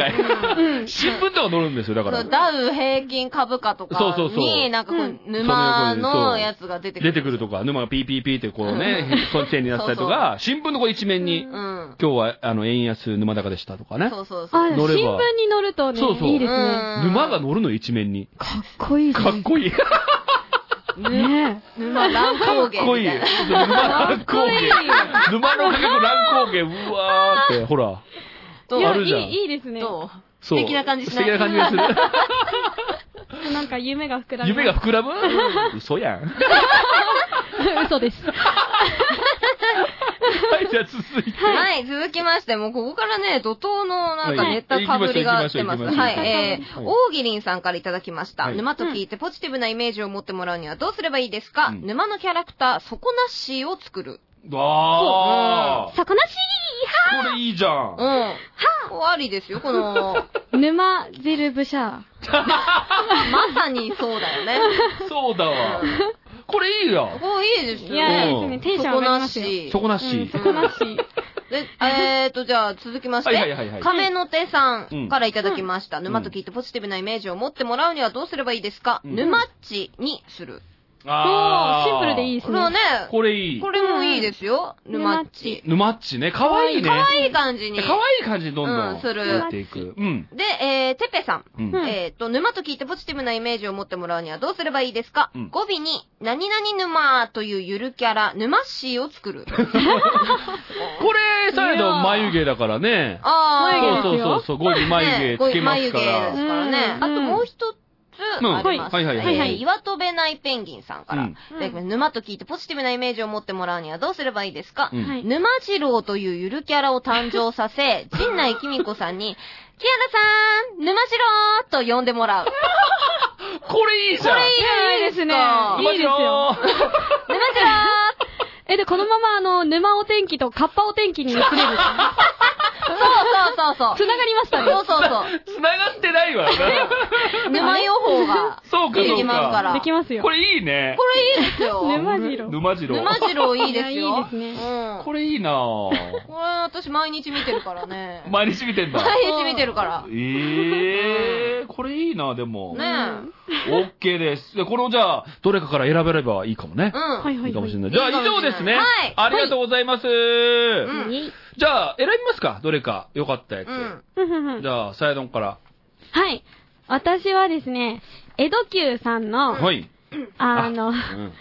界。新聞とか載るんですよ、だから。ダウ平均株価とかに、そうそうそうなんかこううん沼のやつが出てくる。出てくるとか、沼がピーピーピーってこうね、そう点になってたりとか、新聞のこう一面に、うん。今日はあの、円安沼高でしたとかね。そうそうそう。あ、乗新れば聞に載るとねそうそう、いいですね。うん沼が載るの一面に。かっこいいですかっこいい。かね。沼乱高っこ下みいい。た沼いな。乱高下。沼の中の乱高下、うわーって、ほら。どういや、あいるじゃんい、いいですね。どそう素敵な感じしない素敵な感じがする。なんか夢が膨らむ。夢 [laughs] が膨らむ嘘やん。嘘です。はい、じゃあ続いて。はい、続きまして、もうここからね、怒涛のなんかはいネタかぶりが出ま行きます。しょう行きましょうは行きまい、しょうえー、はい大喜林さんからいただきました。はい沼と聞いてポジティブなイメージを持ってもらうにはどうすればいいですか、うん沼のキャラクター、底なしを作る。わ魚しー。これいいじゃうん。ん。はありですよ、この、い沼ゼルブシャー。まさにそうだよ [laughs] ね。そうだわ。これいいよ。こういいですよ。いや、いいうんですね。テンション上がりますよ。そこなし。うん底なし。で、えーと、じゃあ続きまして、はいはいはいはい亀の手さんからいただきました。沼と聞いてポジティブなイメージを持ってもらうにはどうすればいいですか、うん沼っちにする。おー、シンプルでいいい。ですこねれ。はね、これいいこ。れもいいですよ。ん沼っち。沼っちね。かわいいね。かわいい感じに。可愛い感じにどんどうんんするやっていく。うん。で、えー、てっぺさん。うんうんえっ、と、沼と聞いてポジティブなイメージを持ってもらうにはどうすればいいですか、うん語尾に、何々沼というゆるキャラ、沼っしーを [laughs] 作る。これ、さやの眉毛だからね。あ眉ー。そうそうそうそう、ゴ尾眉毛つけますかねら。こういう眉毛ですからね。あうんともう一つあります。うんはいはいはいはいえー岩戸べないペンギンさんから。うんで沼と聞いてポジティブなイメージを持ってもらうにはどうすればいいですか、うんはい。沼次郎というゆるキャラを誕生させ、 [laughs] 陣内きみこさんに、キアラさん、沼次郎と呼んで [laughs] もらう。これいいじゃんいいじゃないですかいいですよ。面白い [laughs] 沼次郎え、で、このまま、あの、沼お天気とカッパお天気に移れる。つ [laughs] なそがうそうそうそう。りましたね。そうそうそ繋がってないわな。う。沼予報が。そうか、でそきうますからか。できますよ。これいいねこ。れいいですよ。沼次郎。沼次郎。沼次郎いいですよ。いやいいですねうん。ここれいいな [laughs] ぁ。れ私毎日見てるからね。 [laughs] 毎日見てんだ。毎日見てるから。ええー、これいいなでも。ねオッケーです。で、これをじゃあ、どれかから選べればいいかもねえ。。うん。はいはいはい。いいかもしれない。じゃあ、以上ですね。はいありがとうございます。うんじゃあ、選びますかどれか。よかったやつ。うん。うんうんうんじゃあ、サヤドンから。はい。私はですね、江戸急さんの、はい。あの、うん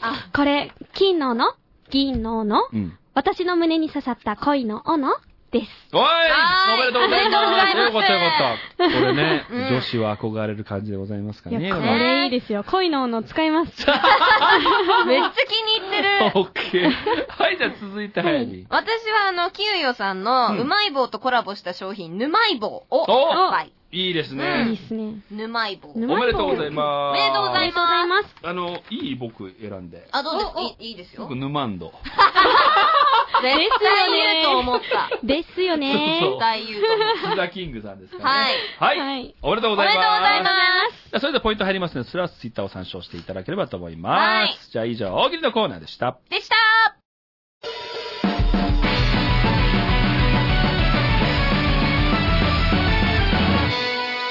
あ、これ、金のの、銀のの、うん。私の胸に刺さった恋の斧です。おいはーいおめでとうございますおめでとうよかごっざたいよかった。これね、うん女子は憧れる感じでございますかいや、ね。こやっれいいですよ。恋の斧使います。 [laughs] めっちゃ気に入って [laughs] る。ぱオッケー。はい、じゃあ続いて、はやに。私はあの、キウヨさんうんのうまい棒とコラボした商品、ぬまい棒を販売。いいですいいね。ですね。ぬまい棒。おめぬでまおめでとうございます。とうございありがとうございます。ます。あの、いい僕選んで。あ、どうですかいいいいですよ僕、。ヌマン [laughs] ド。絶対言うと思った。 [laughs] ですよね。そう絶対言うと思っピザキングさんですかね。はいははいい。おめでとうごた。ざおめいでとうます。ございます。す。それではポイント入りますので、それはツイッターを参照していただければと思います。はいじゃあ以上、大喜利のコーナーでした。でした寄っ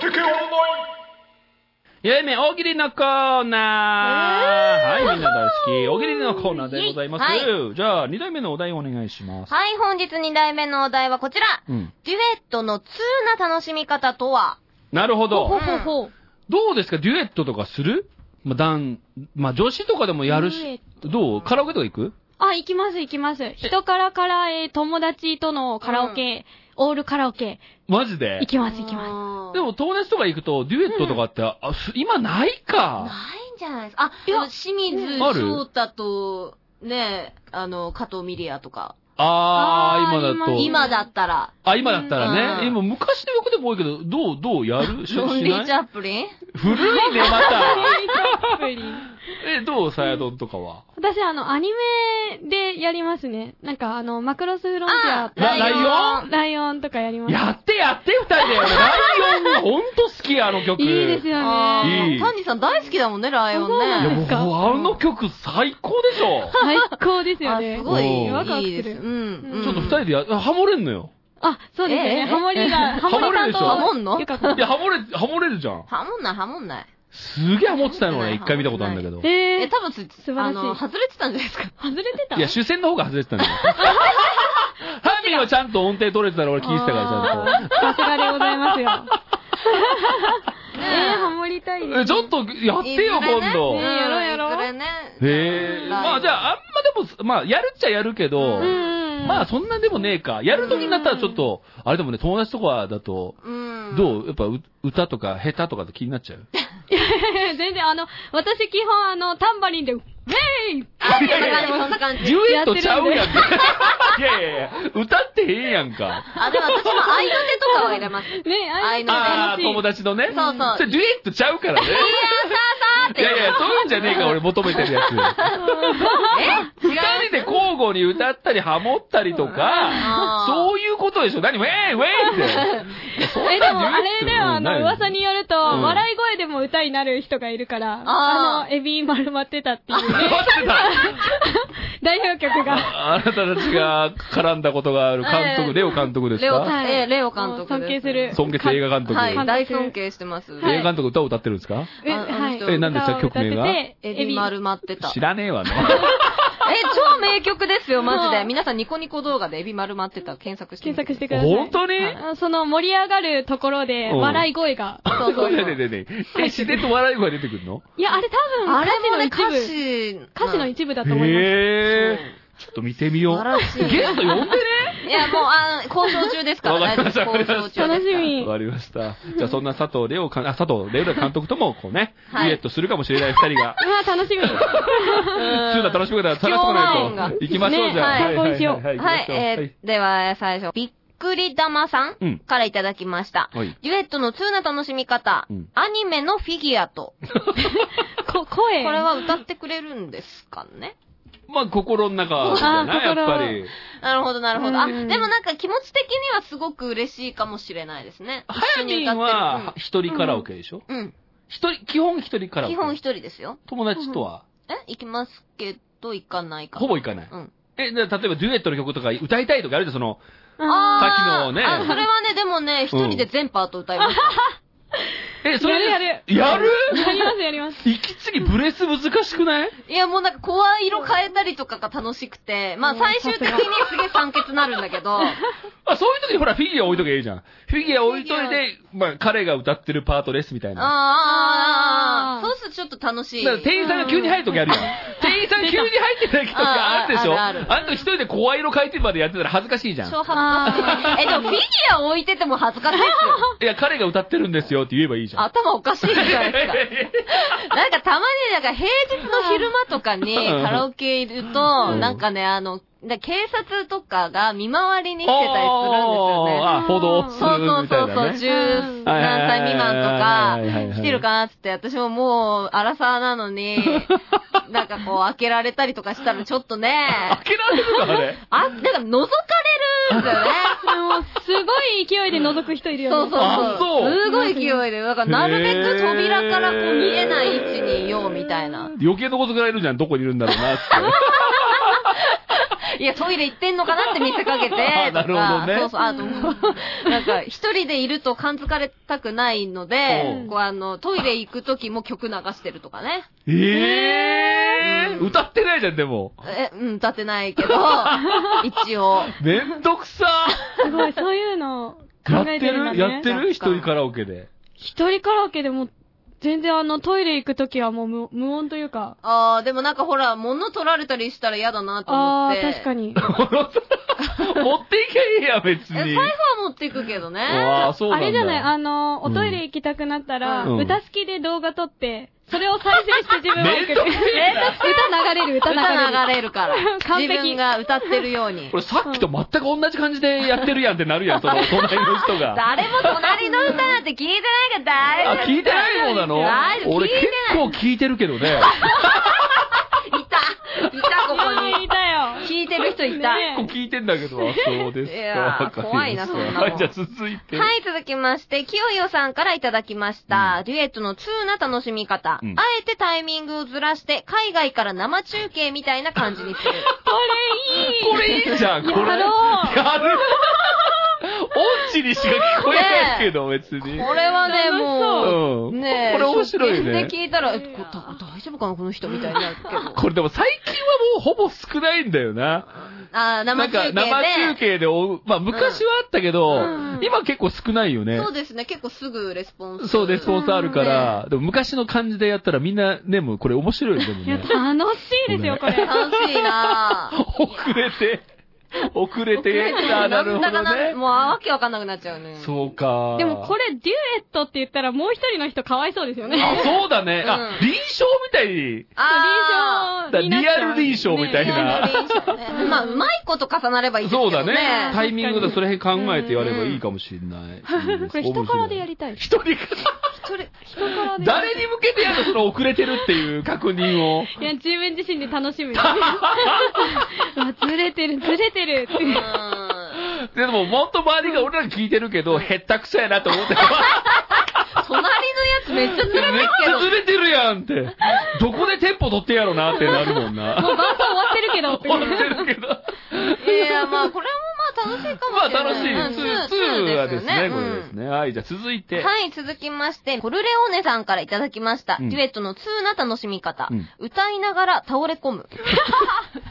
てけオンゆうめ、大喜利のコーナー、はい、みんな大好き。大喜利のコーナーでございます。イじゃあ、二代目のお題をお願いします。はい、本日2題目のお題はこちら。うん。デュエットの通な楽しみ方とはなるほほど。ほほほ。どうですかデュエットとかするまあ、男、まあ、女子とかでもやるデュエッし、どうカラオケとか行くあ、行きます行きます。人からから、えー友達とのカラオケ、オールカラオケ、マジで行きます行きます。ますでも友達とか行くと、デュエットとかって、あ、す今ないなか。いんじゃないですか。あ、いでやも清水ある翔太と、ね、あの、加藤ミリアとか。あー、あー今だと。今だったら、あ、今だったらうんね。今、昔の曲でも多いけど、どう、どうやるししロンリなー・いチャップリン古いね、また。プリンえ、どうサヤドンとかは。私、あの、アニメでやりますね。なんか、あの、マクロスフロンあティラライオンア、ライオンとかやります。やってやって、二人で。ライオン、ほんと好き、あの曲。いいですよあね。いーいタンジさん大好きだもんね、ライオそうンなや、んね。でもすう、かあの曲最高でしょ。最高ですよあ、ね。すごおい、ーいいです。うん。うんちょっと二人でや、ハモれんのよ。あ、そうですよええね。ハモリえが、ハモリさんと。ハモるでしょゆかこいや、ハモれ、ハモれるじゃん。ハモんない、ハモんない。すげえハモってたの俺、一回見たことあるんだけど。え、ええ多分つ、晴らしいあの、外れてたんじゃないですか。外れてたいや、主戦の方が外れてたんだよ。ハミはちゃんと音程取れてたら俺聞いてたから、ちゃんと。さすがでござい [laughs] ますよ。ええハモりたいです。え、ちょっと、やってよ、いずれね今度。ねやろうやろういずれね。へえ。まあじゃあ、あんまでも、まあやるっちゃやるけど、うんうんうん。まあそんなんでもねえか。やるときになったらちょっと、あれでもね、友達とかだと、うん。どうやっぱう歌とか下手とかって気になっちゃう [laughs] 全然あの、私基本あの、タンバリンで、ブェイあ、そんな感じ、そんな感デじュ。エットちゃうやんやけ。 [laughs] いやいやいや、歌ってへんやんか。あ、でも私も相手とかは入れます。ねえ、ああいうのあ楽あしー、い。友達のね。そうそうそれデュエットちゃう [laughs] からね。いやいや、そういうんじゃねえか、俺求めてるや [laughs] つ。二人で交互に歌ったり、ハモったりとかあ、ーそういうことでしょ。何ウェイウェイって。え、でもあれでは、あなの、い噂によると、ん笑い声でも歌になる人がいるから、ああーの、エビ丸まってたっていう待ってた。代表曲が。 [laughs] あなたたちが絡んだことがある監督、ええレオ監督ですレオ、かはいえ、レオ監督です。尊敬する。尊敬する映画監督。は映監い、督大尊敬してます。い画監督歌を歌ってるんですかえああの人はいえ何でした歌を歌ってて曲名がエビ丸まってた。知らねえ [laughs] わね。え、超名曲ですよ、マジうで。ん皆さんニコニコ動画でエビ丸まってた検索してみ検て。索してください。本当にあその盛り上がるところで、うん笑い声が。そうそうそう [laughs] ねえねえねえねええ、自然と笑い声出てくるのいや、あれ多分、あれもね、歌歌詞の一詞。部。歌詞の一一部だと思います。へえ。ちょっと見てみよう。素晴らしいゲスト呼んでねいや、もう、あの、交渉中ですから、わか大り丈夫ましです。た交渉中ですから。楽しみ。わかりました。じゃあそんな佐藤レオ監あ佐藤レオ監督ともこうね、はいデュエットするかもしれない二人が。うわ、楽しみ。そういうのは楽しみだから、貴重な探縁してこながいと。行きましょう、ねじゃあ。はい参考にしようはい行きまはい、しょうえー、では、最初、びっくり玉さうんんからいただきました。はいデュエットの通な楽しみ方、うんアニメのフィギュアと、 [laughs] こ声。これは歌ってくれるんですかねまあ、心の中じゃない、あやーっぱり。 [laughs] なるほど、なるほど。あ、うでんもなんか気持ち的にはすごく嬉しいかもしれないですね。はやみんは、一人カラオケでしょうん、うん一人、基本一人カラオケ。基本一人ですよ。友達とは、え行きますけど、行かないかな。ほぼ行かない。うん。え、で例えばデュエットの曲とか歌いたいとかあるじゃん、その、あさっきあーのねあ、それはね、でもね、一人で全パート歌いました。 [laughs] え、それ、やるやる。やる [laughs] ーやります、やります。息継ぎブレス難しくないいや、もうなんか、声色変えたりとかが楽しくて、まあ、最終的にすげえ酸欠なるんだけど、まあ、そういう時にほら、フィギュア置いとけばいいじゃん。フィギュア置いといて、まあ、彼が歌ってるパートですみたいな。ああ、あーそうするとちょっと楽しい。だから店員さんが急に入る時あるやん。店員さん急に入ってた時とかあるでしょあああるあるんた一人で声色変えてまでやってたら恥ずかしいじゃん。超恥ずかしい。え、でもフィギュア置いてても恥ずかしいですよ。いや、彼が歌ってるんですよって言えばいいじ [laughs] ゃん。頭おかしいじゃないですか。 [laughs] なんかたまに、なんか平日の昼間とかにうんカラオケいると、んなんかね、あの、だ警察とかが見回りに来てたりするんですよね。あーあ、報道そすうるそうみたそいうそう、なね。十何歳未満とか、来てるかなっつって、私ももう、荒沢な [laughs] のに、なんかこう、開けられたりとかしたらちょっとね開、けられるか、あれ。あ、なんか覗かれるんだよね。でも、すごい勢いで覗く人いるそようね。そうあそそうう。すごい勢いで、だからなるべく扉からこう見えない位置にいようみたいな。余計なことぐらいいるじゃん、どこにいるんだろうなって。いや、トイレ行ってんのかなって見せかけて、 [laughs] あなとか、るほどねそうそう、 [laughs] あと、なんか、一人でいると感づかれたくないのうでん、こうあの、トイレ行く時も曲流してるとかね。ええー、歌ってないじゃん、でも。え、うん、歌ってな [laughs] いけど、一応。めんどくさすごい、そういうのや考っえててるんだるね。やってる一確かに人カラオケで。一人カラオケでも、全然あの、トイレ行くときはもう無無音というか。あー、でもなんかほら、物取られたりしたら嫌だなと思あっー、て。確かに。持に。[laughs] っていけんや、別え、財に布。は持っていくけどね。ああ、そうなあんだ。れじゃないあの、おトイレ行きたくなったら、うん歌好きで動画撮って、それを再生して自分を送める。んどく歌せ流えなれる、歌歌流れる。。流れるから完璧自分が歌ってるようにこ。れさっきと全く同じ感じでやってるやんってなる [laughs] やん、その隣の人が。誰も隣の歌なんて聞いてない [laughs] から大あ、丈夫。聞いてないもんなの大丈夫俺聞い結てない構聞いてるけど [laughs] ね。いた。いた、ここに。いたよ。聞いてる人いた。ね結構聞いてんだけど、あそうですか。いやーわかりました怖いなそんなもんはい、じゃあ続いて。はい、続きまして、きよよさんからいただきました。うんデュエットの通な楽しみ方、うんあえてタイミングをずらして、海外から生中継みたいな感じに [laughs] する。これいいこれいいじゃん、これ。やろうやる [laughs] オチにしか聞こえないけど、別 [laughs] に。これはね、うもう、ん。ねえこれ面白いね初見。で聞いたら、えこだ大丈夫かな、この人みたいに [laughs] なるけど。これでも最近はもうほぼ少ないんだよな。あー生中継で。なんか生中継で追う。まあ昔はあったけど、うん今結構少ないよね。そうですね、結構すぐレスポンス。そうです、スポンサーあるから、ねでも昔の感じでやったらみんな、ね、もうこれ面白いよ、でもいや、ね。 [laughs] 楽しいですよ、これ。楽しいなぁ。遅れて、遅れてあなるほだかどら、ね。もうわけわかんなくなっちゃうね。そうか。でもこれデュエットって言ったらもう一人の人かわいそうですよね。あ、そうだね。あうん、臨床みたいに。あ [laughs] だリアル臨床みたいーな。ねまあ、うまいこと重なればいいですけそうどね。だね。タイミングでそれ考えてやればうんいいかもしれない。これ人からでやり。りたい。一人から。人からで。誰に向けてやるのその遅れてるっていう確認を。いや、自分自身で楽しむ。うわずれてる、ずれてるって。うん [laughs] でも、もっと周りが俺ら聞いてるけど、へったくそやなと思 [laughs] って。隣のやつめっちゃめっ辛いけちどゃ。ずれてるやん [laughs] って。どこでテンポ取ってやろうなってなるもんもう [laughs] な。バン終わってるけどって。思ってるけど。いやいや、まあ、これもまあ楽しいかもまあしれない。楽しい。ツー、ツーはですね、これですね。はい、じゃあ続いて。はい、続きまして、コルレオーネさんからいただきました。うんデュエットの通な楽しみ方。うん歌いながら倒れ込 [laughs] む。これは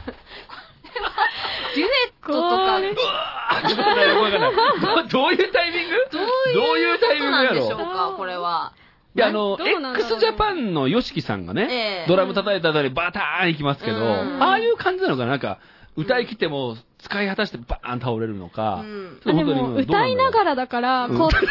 デュエットとか、これあちょっと待ってわかんないどどういうタイミングどうどういいううタタイイミミンングやろグなんでしょうか、これは。いや、あの、どうなんだろうね XJAPAN の YOSHIKI さんがねえ、えドラム叩いた後にバターンいきますけど、うんああいう感じなのかななんか、歌い切っても使い果たしてバーン倒れるのかう、ん。あでも、歌いながらだから、こう、サビらへんで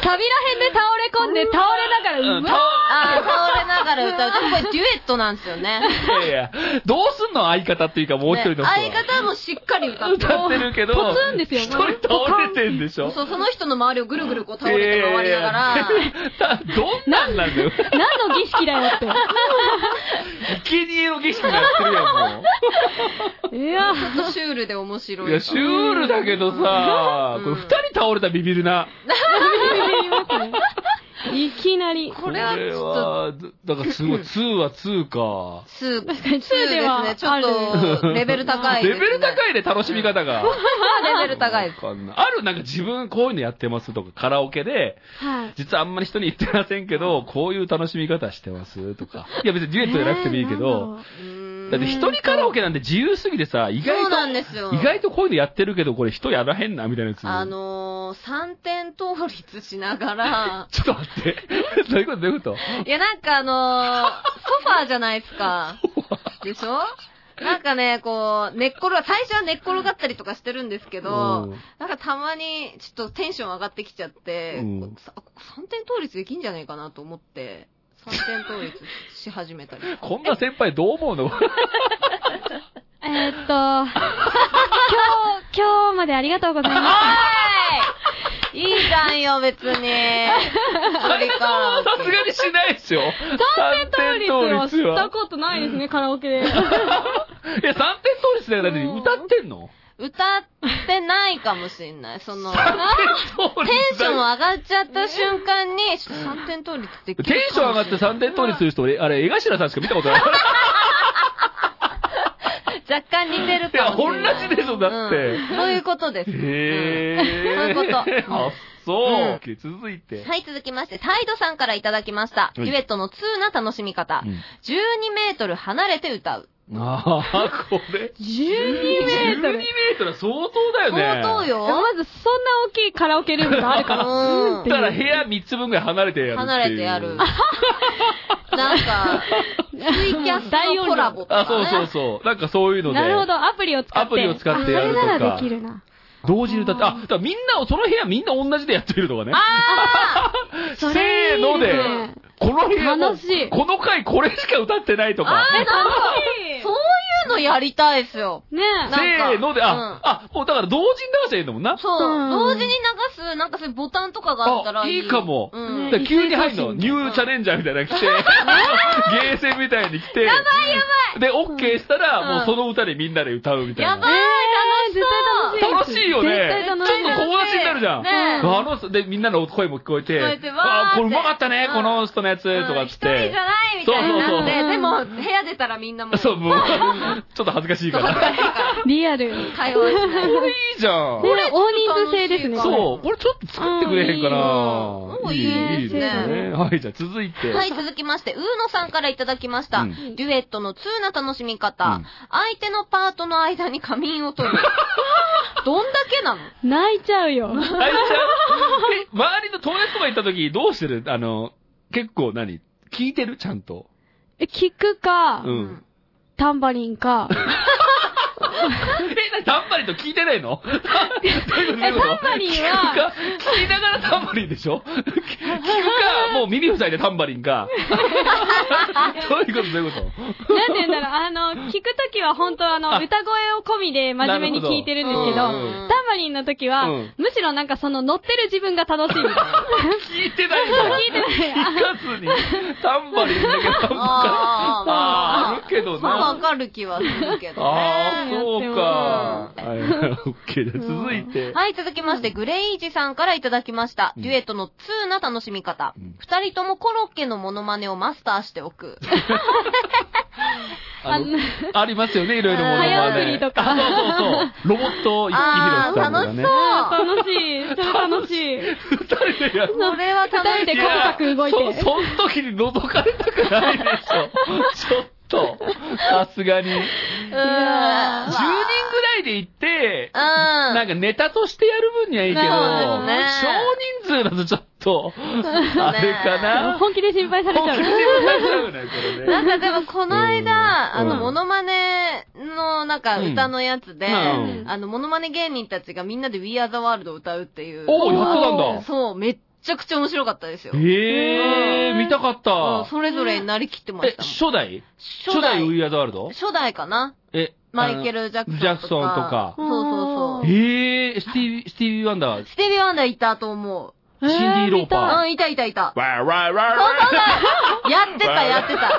倒れ込んで、倒れながら、うわああ、倒れながら歌う。でもこれデュエットなんですよね。ら。いやいや、どうすんの相方っていうかもう一人の人ねは。相方もしっかり歌ってる。歌ってるけど、ポツンですよ一人倒れてんでしょそう、その人の周りをぐるぐるこう倒れて回りながら。いやいやいやどんなんなんだ [laughs] よ。何の儀式だよって。生贄の儀式やってるやん、もう。いや、ちょっとシュールで面白いいか。や、シュールだけどさ、うんこれ二人倒れたらビビるな。 [laughs] いきなり。これはちょっこれとはだからす [laughs] ごい、2は2か。ツー、ツかにツーではーですね。ちょっと、レベル高いレです、ベね。ル高いね、楽しみ方が。ま [laughs] あレベル高いです。わかんないあるなんか自分こういうのやってますとか、カラオケで、はい。実はあんまり人に言ってませんけど、こういう楽しみ方してますとか。いや別にデュエットじゃなくてもいいけど、うーんだって一人カラオケなんて自由すぎてさ、意そ外うなんと、ですよ。意外とこういうのやってるけど、これ人やらへんな、みたいなやつ。あのー、3点倒立しな [laughs]、がらちょっと待って。どういうことどういうこといや、なんかあのー、ソファーじゃないですか。でしょなんかね、こう、寝っ転が、最初は寝っ転がったりとかしてるんですけうどん、 [laughs] なんかたまに、ちょっとテンション上がってきちゃって、うんこうさ3点倒立できんじゃないかなと思って、3点倒立し始めたり。 [laughs] こんな先輩どう思うのえーっと、今日、今日までありがとうございまおーいいいじゃん [laughs] よ、別に。鳥かさすがにしないですよ。す。三倒立を倒したは。ことないですね、カラオケで。いや、三点倒立だからだって歌ってんの歌ってないかもしんない。その、テ三点倒立ンション上がっちゃった瞬間に、ちょっと3点倒立できるかもしれテないンション上がって三点倒立する人、俺、あれ、江頭さんしか見たことない。若干似てるかもしれない。いや同じでしょだってうんそういうことです。へうぇんそういうことあ、そううん。 OK 続いて。はい、続きまして、タイドさんからいただきました。デュエットの通な楽しみ方。うん12メートル離れて歌う。ああ、これ。 12 12メートメル。ートル相当だよね。相当。よ。まず、そんな大きいカラオケルームがあるから。うんだから部屋3つ分ぐらい離れてやるっていう。離れて [laughs] やる。なんか、ツイキャスのコラボとか、ね。あ、そうそうそう。なんかそういうので。なるほど、アプリを使っアて。プリを使ってやるとかあそれならできるな。同時に歌って、あ、だからみんなを、その部屋みんな同じでやってるとかね。あ [laughs] せそれーいいのでね、この部屋も楽しいこの回これしか歌ってないとか。あ、なんか、そそういうのやりたいですよ。うねーえ。せーので、あ、なんあ、もうだから同時に流せばいいんだもんな。そう。うん同時に流す、なんかそういうボタンとかがあったらいい。あいいかもうん。だからね急に入るの、一斉送信ニューチャレンジャーみたいなの来て、ゲーセンみたいに来て、やばいやばいで、オッケーしたら、うんもうその歌でみんなで歌うみたいやな。ばい、絶対楽し楽い。しいよね絶対楽しい。ちょっと友達になるじゃんねえあの、で、みんなの声も聞こえて、聞こえてわーあー、これうってまかったね、うんこの人のやつ、とかっつ一っ人じゃて。ないみたいになって、そうそうそうでも、部屋出たらみんなもう、そう、もう、ちょっと恥ずかしいから。リアル。ね会話しない。これいいじゃん。大人数制ですね。そう、これちょっと作ってくれへんかなうんいいよいいですね。はい、じゃあ続いて。はい、続きまして、ウーノさんからいただきました。うんデュエットの通な楽しみ方。うん相手のパートの間に仮眠を [laughs] 取る。どんだけなの泣いちゃうよ。はい、じゃあ、え周りの友達とか行った時どうしてるあの、結構何聞いてるちゃんと。え聞くかう、ん。タンバリンか。え、なタンバリンと聞いてねえのどういうことどういうことえタンバリン聞くかは、聞きながらタンバリンでしょ聞くか、もう耳塞いでタンバリンか。どういうことどういうこなんて言うんだろう、あの、聞くときは本当あの、あ歌声を込みで真面目に聞いてるんですけど、なタるほどンバリンの時は、うんむしろなんかその乗ってる自分が楽しいみたいな。と聞いてないの聞いてない。聞かずに、タンバリンだけタンバリンあーまああーあるけどなまあわかる気はするけどああ、ね。そうか。はい、オッケーです。続いて。はい、続きまして、グレイイージさんからいただきました。うんデュエットの2な楽しみ方うん。二、人ともコロッケのモノマネをマスターしておく。あの、ありますよね、いろいろもの早送りとかあそうそうそう。ロボット一あ匹あ、拾った楽しね。 [laughs] そ楽しい。それ楽しい。二 [laughs] 人で [laughs] やる。う。これは楽し二人でカクカク動いてやそ、その時に覗かれたくないでしょ。ちょっと。さすがに。10人い。うーん。ぐらいで行って、うん。なんかネタとしてやる分にはいいけど、そうですね少人数だとちょっと、あれかな。本気で心配されちゃ本う。気で歌っちゃうね、これねな。んかでもこの間、うあんの、モノマネの、なんかうん歌のやつで、うんあの、モノマネ芸人たちがみんなで We Are the World を歌うっていう。おーやってたんだそう、めっちゃくちゃ面白かったですよ。ええー、見たかっうんた。それぞれになりきってまえ、したもん。初代初初代代ウィアードワールド初代かなえ、マイケル。ル・ジャクソンとか。ジャクソンとかそうそうそう。ええー、スティービー、スティービー・ワンダー、システビー・ワンダーいたと思う。ンディー・ローパー。わうん、いたいたいた。ーわーわーそうわそうそうやってた、やっ [laughs] てた。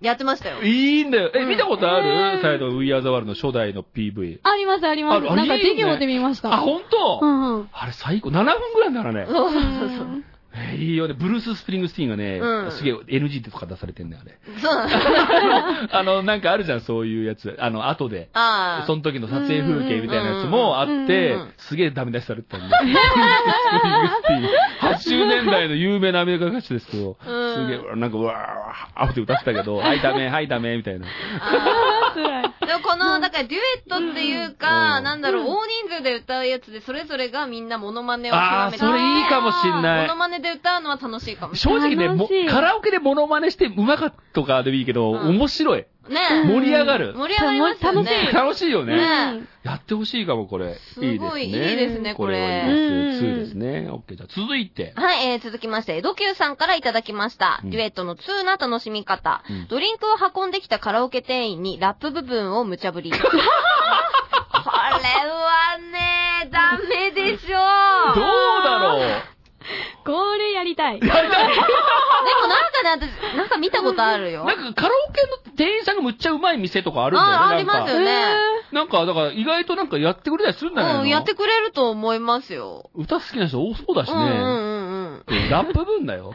やってましたよ。ーいいんだよ。え、見たことあうるんサイド、ウィアードワールドの初代の PV。あります、あります。ああなんかいいよぜねひ持ってみました。あ、ほんとうんうん。あれ最高。7分ぐらいだからね。そうそうそううそんえーいいよね。ブルース・スプリングスティーンがね、うんすげえ NG とか出されてんだよ、あれ。う。そうなんだ。 [laughs] あの、なんかあるじゃん、そういうやつ。あの、後で。ああ。その時の撮影風景みたいなやつもあっうてんうんうん、すげえダメ出しされてたんで。80年代の有名なアメリカ歌手ですけど、すうんげえ、なんか、わー、あって歌ってたけど、はいダメ、はいダメ、みたいな。あ辛い。ーでもこの、だからデュエットっていうか、うんなんだろう、大人数で歌うやつで、それぞれがみんなモノマネをあー、極めて。それいいかもしんなモいノ。マネで歌うのは楽しいかもし正直ね、楽もしいカラオケでモノマネしてうまかったとかでもいいけど、うん面白い。れない。ね盛り上がる。盛り上がりますよね。楽しいよね。ねやってほしいかも、これ。すいいですごね。いいいですね、こはいれ。いですね。う2んうんですね。オッケーじゃあ続いて。はい、えー、続きまして、エドキューさんからいただきました。うんデュエットの2な楽しみ方、うんドリンクを運んできたカラオケ店員にラップ部分を無 [laughs] 茶ぶり。これはね、ダメでしょどうだ [laughs] ろうこれやりたい。やりたいでもなんかね、私、なんか見たことあるよ。なんかカラオケの店員さんがむっちゃうまい店とかあるんだよね。ああなんかりますよねなんか、だから意外となんかやってくれたりするんだようん、やってくれると思いますよ。歌好きな人多そうだしうねん。うんうんうん。ラップ分だ [laughs] よ。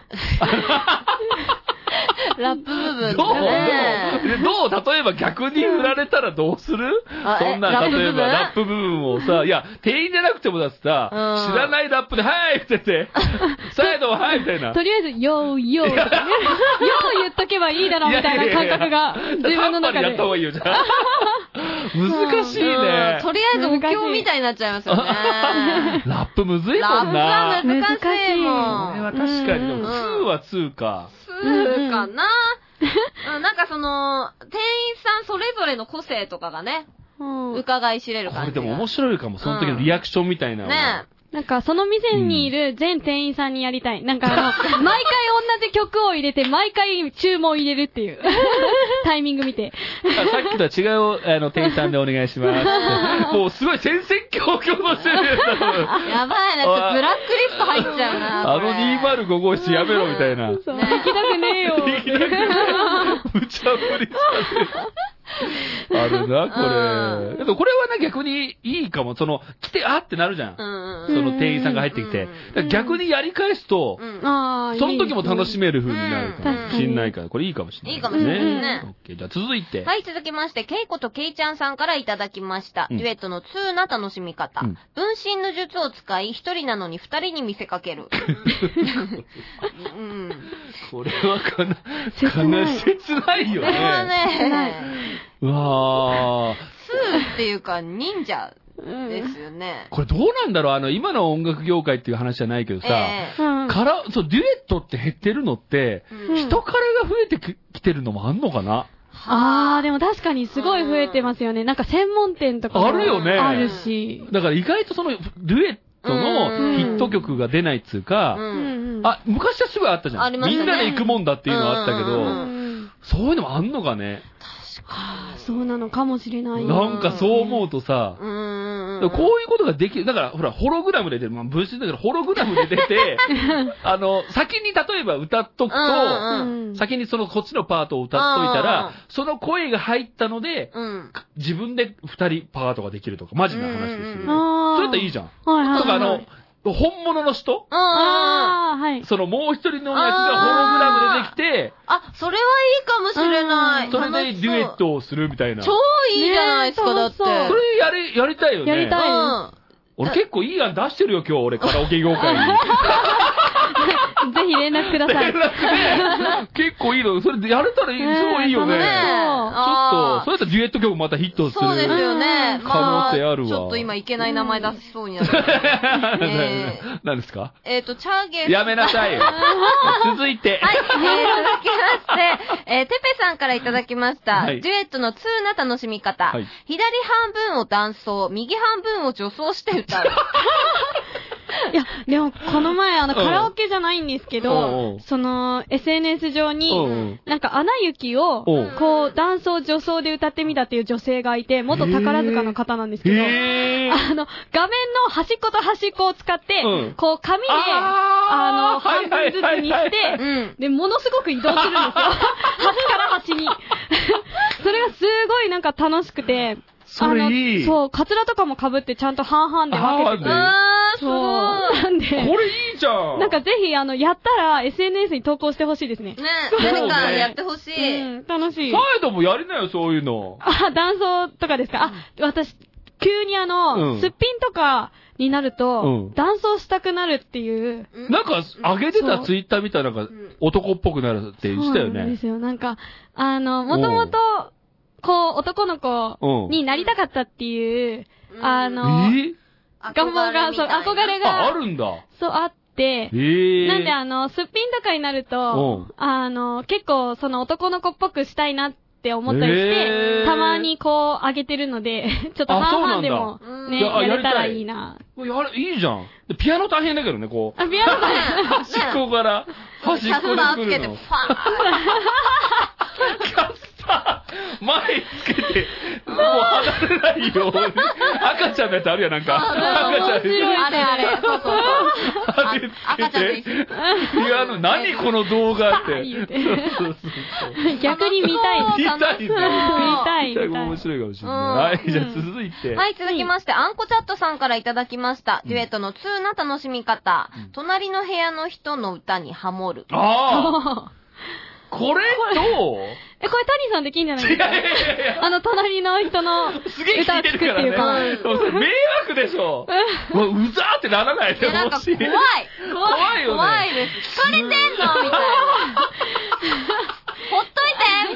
ラップ部どう分どうね。どう例えば逆に振られたらどうするあえそんな、ラップ部例え分ばラップ部分をさ、いや、店員じゃなくてもだってさ、うん知らないラップで、はいって言って、サイドはいみたいな。とりあえず、よーよーとかね。 [laughs] よー言っとけばいいだろうみたいな感覚が、自分の中やっでた。方がいいよ、じゃあ。難しいねうん。とりあえずお経みたいになっちゃいますよね。ラップむずいラもップんなは。難難ししいいもこれん。は確かに、でうんも、う2んは2か。するかな、うん、なんかその、店員さんそれぞれの個性とかがね、うん伺い知れるこ感れじでが。も面白いかも、その時のリアクションみたいなのが。ねなんか、その店にいる全店員さんにやりたい。なんかあ [laughs] の、毎回同じ曲を入れて、毎回注文入れるって [laughs] いう。タイミング見て。さっきとは違う、あの、店員さんでお願いします。もうすごい戦々恐々のしてるやつだ [laughs] と思うやばいな、ちょっとブラックリスト入っちゃうな。あこれの205号室やめろみたいな。そう、行きたくねえ [laughs] よ。無茶ぶりされる。あるな、こうれ。でもこれはね、逆にいいかも。その、来て、あってなるじゃん。うそんうん。の店員さんが入ってきて。うんだから逆にやり返すと、うんああ、その時も楽しめる風になるかうもんしんないから、これいいかもしんない。いいかもしれないねオッケーじゃあ続いて。はい、続きまして、ケイコとケイちゃんさんからいただきました。うんデュエットの2な楽しみ方。うん分身の術を使い、一人なのに二人に見せか [laughs] ける。うん。これはかな、切かないな、切ないよこれはね。ね、うわー。 2っていうか忍者ですよね。これどうなんだろうあの、今の音楽業界っていう話じゃないけどさ、ええうん。から、そう、デュエットって減ってるのって、うんうん人からが増えてききてるのもあんのかなあー、でも確かにすごい増えてますよね。なんか専門店とかもあるよねあるし。だから意外とその、デュエットのヒット曲が出ないっつうか、う。うんんうん。あ、昔はすごいあったじゃん。ありましみたねんなで行くもんだっていうのはあったけど、ううんんそういうのもあんのかね。あーそうなのかもしれない。なんかそう思うとさ、うんうんうこん。ういうことができる。だから、ほら、ホログラムで出る。まあ、物質だから、ホログラムで出 [laughs] て、あの、先に例えば歌っとくと、うんうん。先にそのこっちのパートを歌っといたうんら、その声が入ったので、うん。自分で二人パートができるとか、マジな話ですうよ。んうんあー。それだったらいいじゃん。はいはいはい。とか、あの、本物の人ああー、 [laughs] はい。そのもう一人のやつがホログラムでできて、あ、それはいいかもしれなうい。んそれでデュエット。トをするみたいな。超そいいじゃないですか、ねだって。そうそうれやり、やりたいよね。やりたいうん。俺結構いい案出してるよ、今日。俺、カラオケ業界に。ぜひ連絡ください。結構いいの。それでやれたらいい、すごいいいよね。ねえちょっと、あそうーやったらデュエット曲もまたヒットする。そうですよね。可能性あるわまちょっと今いけない名前出しそうに [laughs] なる。ねえ [laughs] 何ですかえっと、チャーゲン。やめなさ [laughs] いよ。続いて。はい、えー、続きまして、えー、てぺさんからいただきました。はいデュエットの2な楽しみ方。はい左半分を断層、右半分を助走し [laughs] て歌う。 [laughs] いや、でも、この前、あの、うんカラオケじゃないんですけうんうどん、その、SNS 上うんに、うんなんか、アナ雪を、うんこう、男装女装で歌ってみたっていう女性がいて、元宝塚の方なんですけど、へぇー。あの、画面の端っこと端っこを使って、うんこう、紙で、あの、あー半分ずつにはいはしいはいはうて、ん。で、ものすごく移動するんです [laughs] よ。端から端に。 [laughs] それがすごいなんか楽しくて、それいい。あのそう、カツラとかも被ってちゃんと半々で分半けて々であー、すそう。ごい。なんで、これいいじゃん。なんかぜひ、あの、やったら SNS に投稿してほしいですね。ね、誰かやってほしうい。ん、楽しいサ。イドもやりなよ、そういうの。あ、断層とかですかあ、私、急にあの、うんすっぴんとかになるとうん、断層したくなるっていう。うんなんか、上げてたツイッターみたいな、なんかん、男っぽくなるってそしうたよなんでね。すよ。なんか、あの、もともと、こう、男の子になりたかったっていう、うんあえの、ー願望が、そう、憧れあ、あが、るんだ。そう、あってえ、ー。なんであの、すっぴんとかになると、あの、結構その男の子っぽくしたいなって思ったりしてへ、ーたまにこう、上げてるので、 [laughs] ちょっとあ半そ々うなんだでもう、んね、いやあやれたらやりたいいいな。もうやれ、いいじゃん。でピアノ大変だけどね、こう。あ、ビアンさん。端っこから、端キっャこ [laughs] スターでつ来けるて、フのァ。ーキャスター、前つけて、もう離れないように。赤ちゃんのやつあるやん、なんか。赤ちゃん面白いあれあれ、そうそうそう。あれつ赤ちゃんとけ一て緒。ピアノ、何この動画っパーて。ン言うてそうそうそう [laughs] 逆に [laughs] 見たい。楽し見そうたいね。見たい、見たい見たい面。白いかもしれうんない。はい、じゃあ続いて。はい、続きまして、あんこチャットさんからいただきました。デュエットの2な楽しみ方。隣の部屋の人の歌にハモる。あああこれどうえ、これ谷さんできんじゃないですいやいかやいやいや。あの、隣の人の歌すげえ聞いて作るかってらね。るから。でもそれ迷惑でしょ。うわうざーってならないいでや、なんほかし怖い。い。怖いよね怖いです。聞かれてんのみたいな。ほっとい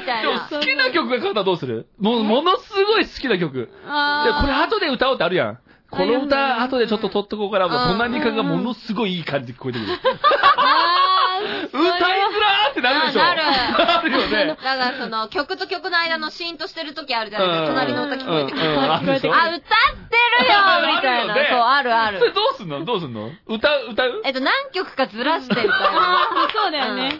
てみたいでもな。好きな曲が変わったらどうするもうものすごい好きな曲。であーこれ後で歌おうってあるやん。この歌後でちょっと撮っとこうから、もう隣からがものすごいいい感じで聞こえて [laughs] くる。あー歌いづらーってなるでしょ。なる [laughs] なるよねだ。から、その、曲と曲の間のシーンとしてる時あるじゃないですか。隣の歌聞こえてくる。うんうんあるでしょあ、歌ってるよみたいな。あるよねそう、あるあそれる。どうすんのどうすんの歌う、歌うえっと、何曲かずらしてみたいな。あー、そうだよね。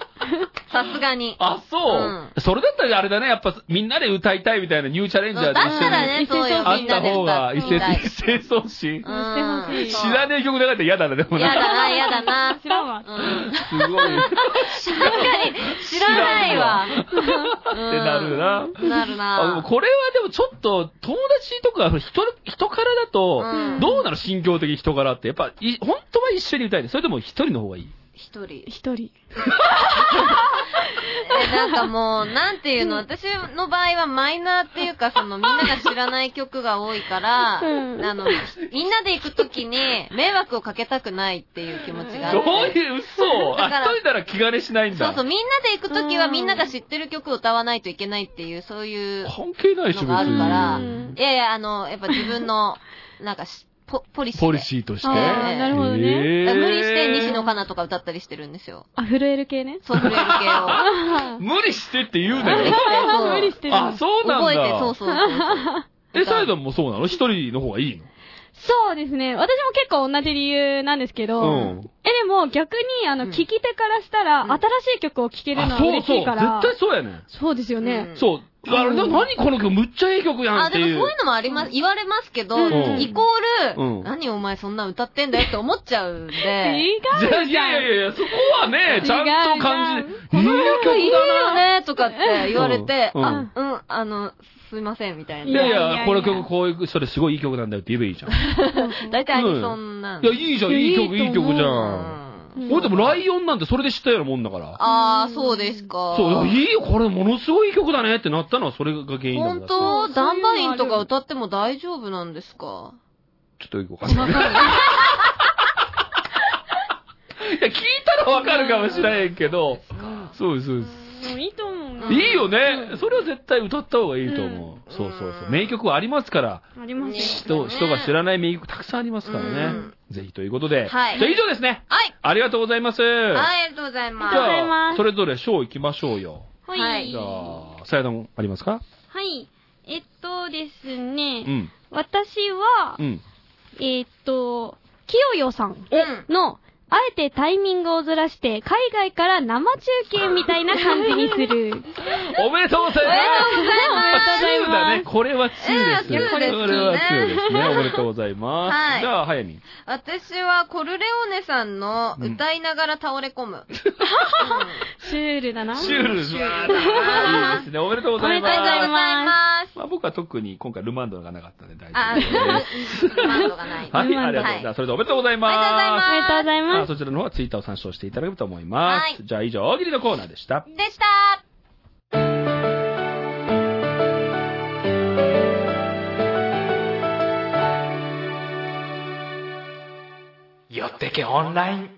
さすがに。あ、そう、うんそれだったらあれだね、やっぱみんなで歌いたいみたいなニューチャレンジャだーとっ一緒にたらね、そういうあみんっなたで方歌がっ一てみたい。斉送信。うしてんほしい知らねえ曲流れて嫌だな、でもやな。だな、やだな。知らんわ。うんす [laughs] ごい。っ確かに、知らないわ。っててなるな。なるあでもな。これはでもちょっと、友達とか、人、人からだと、うんどうなの心境的人からって。やっぱ、い本当は一緒に歌いたい。それとも一人の方がいい。一人。一人。 [laughs] え、なんかもう、なんていうの、私の場合はマイナーっていうか、その、みんなが知らない曲が多いから、うんあの、みんなで行くときに、迷惑をかけたくないっていう気持ちがあどる。ういう、嘘だかあ、ら一人なら気兼ねしないんそだ。うそう、みんなで行くときはうんみんなが知ってる曲を歌わないといけないっていう、そういう、関係ないでしょ、のがあるからうん [laughs] いやいや、あの、やっぱ自分の、なんかし、ポポリシーで。ポリシーとして。あーねなるほどね。えー無理して西野カナとか歌ったりしてるんですよ。あ、震える系ね。ソフ [laughs] レル系を。あ無理してって言う無な理よし。てそう [laughs] ー無理してる。あ、そうなんだ。覚えて、 [laughs] そうそうそうそう。え、サイドンもそうなの一人の方がいいのそうですね。私も結構同じ理由なんですけど、うんえ、でも逆に、あの、うん聴き手からしたら、うん新しい曲を聴けるのあ、はそう嬉しそう。い絶から。対そうやねん。そうですよね。うんそう。あれ、な何この曲むっちゃいい曲やんあ、ってでもそうい。いううのもあります、言われますけど、うんイコール、うん何お前そんなん歌ってんだよって思っち [laughs] ゃうんで、違じゃあういじゃん。やいやいや、そこはね、ちゃんと感じ違て。う違いい曲いいだよな。ねとかって言われて、うんあ、うん、あの、すいません、みたいいいややいいな。やや、この曲こういう、それすごいいい曲なんだよって言えばいいじゃん。い大体アニソンなんや、いいじゃん、いい曲、いやいいいいと思う曲じゃ。うんんうん俺でもライオンなんてそれで知ったようなもんだから。あー、そうですか。そう、いいよ、これものすごいいい曲だねってなったのはそれが原因なん本だ当そうダンバインとか歌っても大丈夫なんですかちょっとよくわかんない。いや、聞いたらわかるかもしれんけど。そうです、そうです。もういいと思うな。うんいいよね。それは絶対歌った方がいいと思う。うんそうそうそうう。ん名曲はありますから。ありますよ。人、人が知らない名曲たくさんありますからね。ぜひということで。はいじゃあ以上ですね。はい。ありがとうございます。はい、ありがとうございあまりすがとうございまじゃあすそれぞれ賞行きましょうよ。ははいい。じゃはあ、さやだもありますかい。えっとですうね、ん。私はう、ん。えっと、清代さんうん。の、あえてタイミングをずらして、海外から生中継みたいな感じに [laughs] おする。めでとうございますおめでとうございます2だね。これは2です。うんこ2ですねれは2ですね。おめでとうございます。はいじゃあ、早見。私はコルレオネさんのうん歌いながら倒れ [laughs] 込む。シュールだな。シュールじゃん。いいですね。おめでとうございおめでとうございま。ますます。まあ僕は特に今回ルマンドがなかったんで大あ、丈夫です。マンドがない。はあい、ルあマンりドがとうございます。それではおめでとうございおめでとうございま。ますおめでとうございあます。そちらの方はツイッターを参照していただければと思います。はいじゃあ以上、大喜利のコーナーでした。でした。よってけオンライン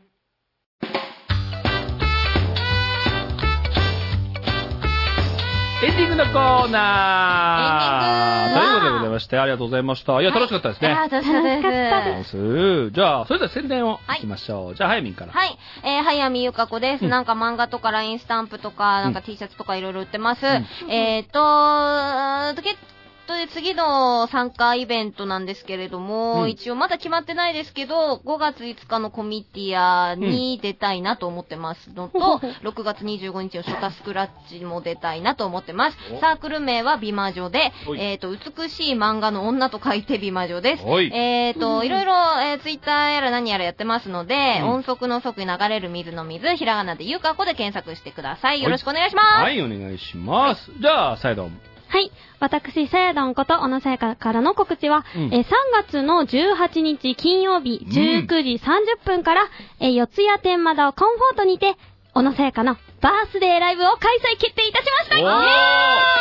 エンディングのコーナーエンディングということでございまして、ありがとうございました。いや、楽しかったですね。ああー、楽しかったです。楽しかったりがとうございますじゃあ、それでは宣伝をはいいきましょう。じゃあ、早見から。はい。えー、早見ゆか子です。うんなんか漫画とか LINE スタンプとか、なんか T シャツとかいろいろ売ってます。んえっ、ー、とー、チケットで次の参加イベントなんですけれども、うん一応まだ決まってないですけど、5月5日のコミティアに出たいなと思ってますのと、6月25日のショタスクラッチも出たいなと思ってますお。サークル名は美魔女でお、いえっ、ー、と、美しい漫画の女と書いて美魔女です。おい。えーと、うんいろいろ、えー、ツイッターやら何やらやってますので、ん音速の速に流れる水の水、ひらがなでゆうかこで検索してください。いよろしくお願いします。はい、お願いします。じゃあ、サイド。はい。私、さやどんこと、小野さやかからの告知は、うんえー3月の18日金曜日うん19時30分から、えー四谷天窓コンフォートにて、小野さやかのバースデーライブを開催決定いたしましたイエおーー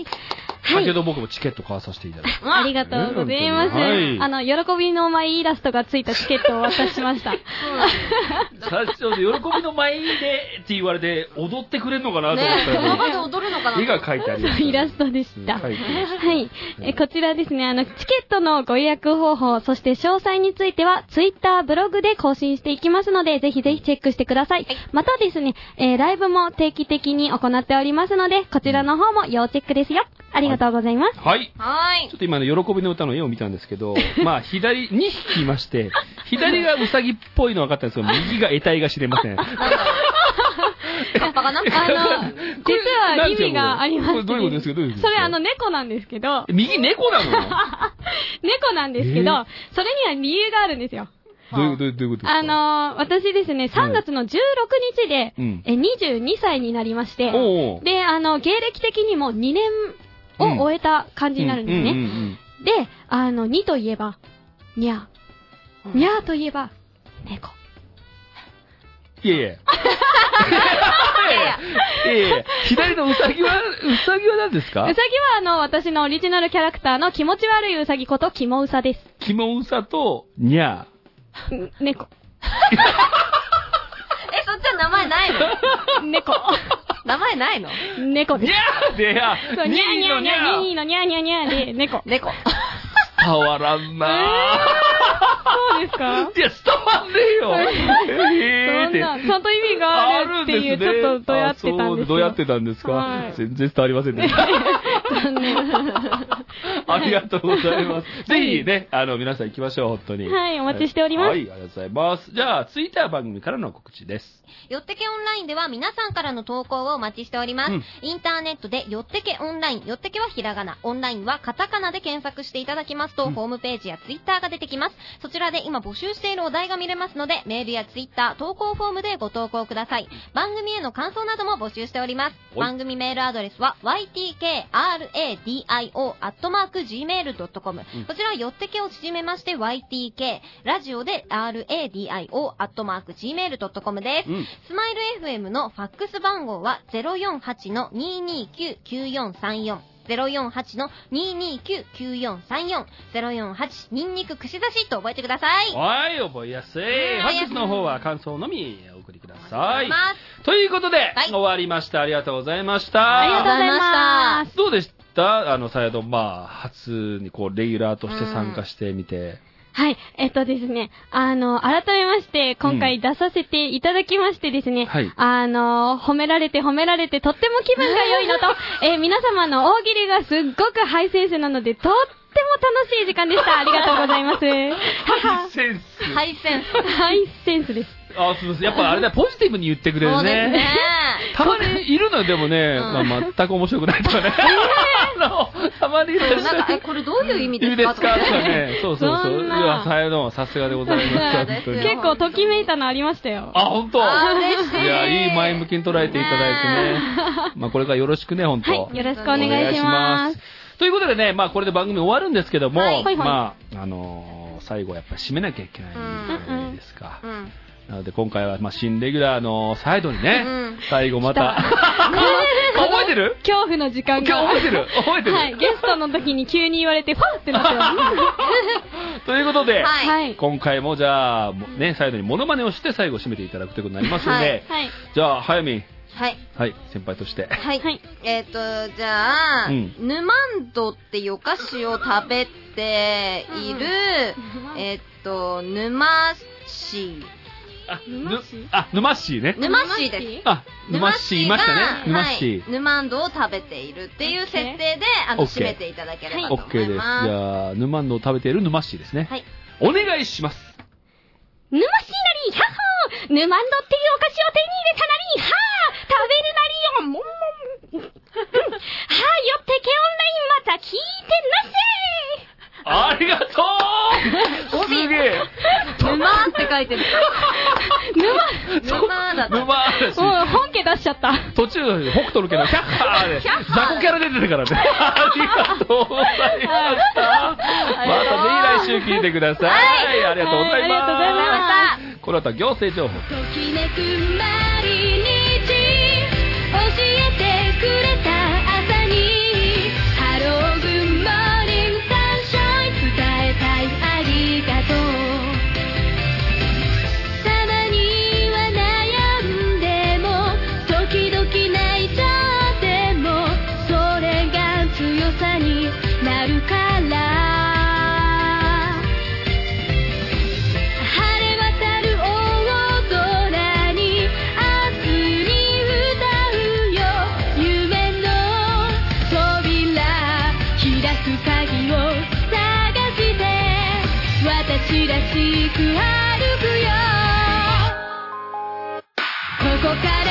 イ先ほど僕もチケット買わさせていただいて。ありがとうございます。はいあの、喜びの舞イラストがついたチケットをお渡ししま [laughs] した。 [laughs] 最初で喜びの前でって言われて踊ってくれるのかなと思っねえ、たそのら場で踊るのかな絵が描いてあります、イラストでした。うん描いてましたはい。えこちらですね、あの、チケットのご予約方法、そして詳細については、ツイッター、ブログで更新していきますので、ぜひぜひチェックしてください。またですね、えーライブも定期的に行っておりますので、こちらの方も要チェックですよ。ありがとうございます。はい。はいちょ。っと今の喜びの歌の絵を見たんですけ [laughs] ど、まあ左、2匹いまして、左がウサギっぽいのは分かったんですけど、右が得体が知れません。 [laughs] カッパ [laughs] かなあの、実は意味がありまこしれて、どういうことですかどういうことですそかれあの、猫なんですけど、右猫な猫なんですけど、えーそれには理由があるんですよ。のどういうどういうことですかあ、のー私ですね、3月の16日で、うんえ22歳になりまして、おうおうで、あの、芸歴的にも2年を終えた感じになるんですね。うんうんうんで、あの、2といえば、にゃー。にゃーといえば、猫。いやいや。いやいや。左のウサギは、ウサギは何ですうかさぎは、あの、私のオリジナルキャラクターの気持ち悪いうさぎこと、キモウサです。キモウサとニャー。うん猫。え、そっちは名前ないの猫。名前ないの猫でニす。ャーでやそう、、にゃーにゃーにゃー、にーのにゃーにゃーにゃーで、猫。猫。伝わらんなそうですかぁ。いや、伝わんねえよ。えーそんって。な、ちゃんと意味があるっていう、ちょっとどうやってたんですどうやってたたんですか、はい全然伝わりませんでした。 [laughs] ありがとうございます。ぜひね、あの、皆さん行きましょう、本当に。はいお待ちしておりますはい、ありがとうございます。じゃあ、続いては番組からの告知です。よってけオンラインでは皆さんからの投稿をお待ちしております。うんインターネットでよってけオンライン、よってけはひらがな、オンラインはカタカナで検索していただきますと、ホームページやツイッターが出てきます。そちらで今募集しているお題が見れますので、メールやツイッター、投稿フォームでご投稿ください。番組への感想なども募集しております。はい番組メールアドレスは ytkradio.gmail.com、うんこちらはよってけを縮めまして ytk、ラジオで radio.gmail.com です。うん。スマイル FM のファックス番号は048の229-9434。048の229-9434。048、ニンニク串刺しと覚えてください。はい、覚えやすい。んハックスの方は感想のみお送りください。まということで、い終わりました。ありがとうございました。ありがとうございまどうでしたあの、サヤドン、まあ、初にこう、レギュラーとして参加してみて。はい、えっとですね、あの、改めまして、今う回出させていただきましてですね、はいあの、褒められて褒められてとっても気分が良いの [laughs] と、えー皆様の大喜利がすっごくハイセンスなので、とっても楽しい時間でした。ありがとうござ [laughs] います。ははセンス。す。配線。ハイセンスです。あ、そうです。やっぱあれだ、ポジティブに言ってくれそるうですねね。。たまにいるのよ、でもね、うんまあ、全く面白くないとかね。 [laughs] あのたまにいらっしなんゃか、え、る。これどういう意味いでるすですかかととかかね。ね。そうそうそそう。んいなや、サヤドンはさすがでございます。本当そうですによ。結構ときめいたのありましたよ。あ、本当。あ嬉しいいや、いい前向きに捉えていただいてね。まあ、これからよろしくね、本当。はい、よろしくお願いします。ということでね、まあ、これで番組終わるんですけども、はいはいはいまあ、あのー最後やっぱ締めなきゃいけないじゃないですか。うん。なので、今回は、まあ、新レギュラーのサイドにね、うん最後また、覚えてる [laughs] 恐怖の時間 [laughs] 今日が。覚えてる覚えてる、はい、ゲストの時に急に言われて、ファーってなったよ。ということで、 [laughs] はいはい。今回もじゃあ、もね、サイドにモノマネをして最後締めていただくということになりますので、はい。じゃあ、早見、はい。はい、先輩として。はい。はいえっ、と、じゃあ、うんヌマンドっていうお菓子を食べている、うんえっ、と、沼市。あ、ぬ沼市あ、沼市ね。沼市です。す。あ、沼市いましたね。沼沼市はい。。ヌマンドを食べているっていう設定で、あの、オッケー締めていただければとオ思ッケーでいす。じます。ゃあ、沼の食べている沼市ですね。はいお願いします。沼市なり、百歩沼んどっていうお菓子を手に入れたなり、はあ食べるなりよ、もんもん。はあよってけオンラインまた聞いてなせありがと [laughs] うすげえ沼って書い [laughs] てる。 [laughs] 沼沼だった。沼だしもう本家出しちゃった。途中の北斗の家のキャッハーで、雑魚キャラ出てるからね。ありがとうございました。またぜひ来週聞いてください。ありがとうございます。はいありがとうございましたこの後は行政情報。ときめく毎日教えてくれた朝にハローグッモーニングサンシャイン伝えたいありがとうたまには悩んでも時々泣いちゃってもそれが強さになるから晴れ渡る大空に熱に歌うよ夢の扉開く鍵を探して私らしく歩くよここから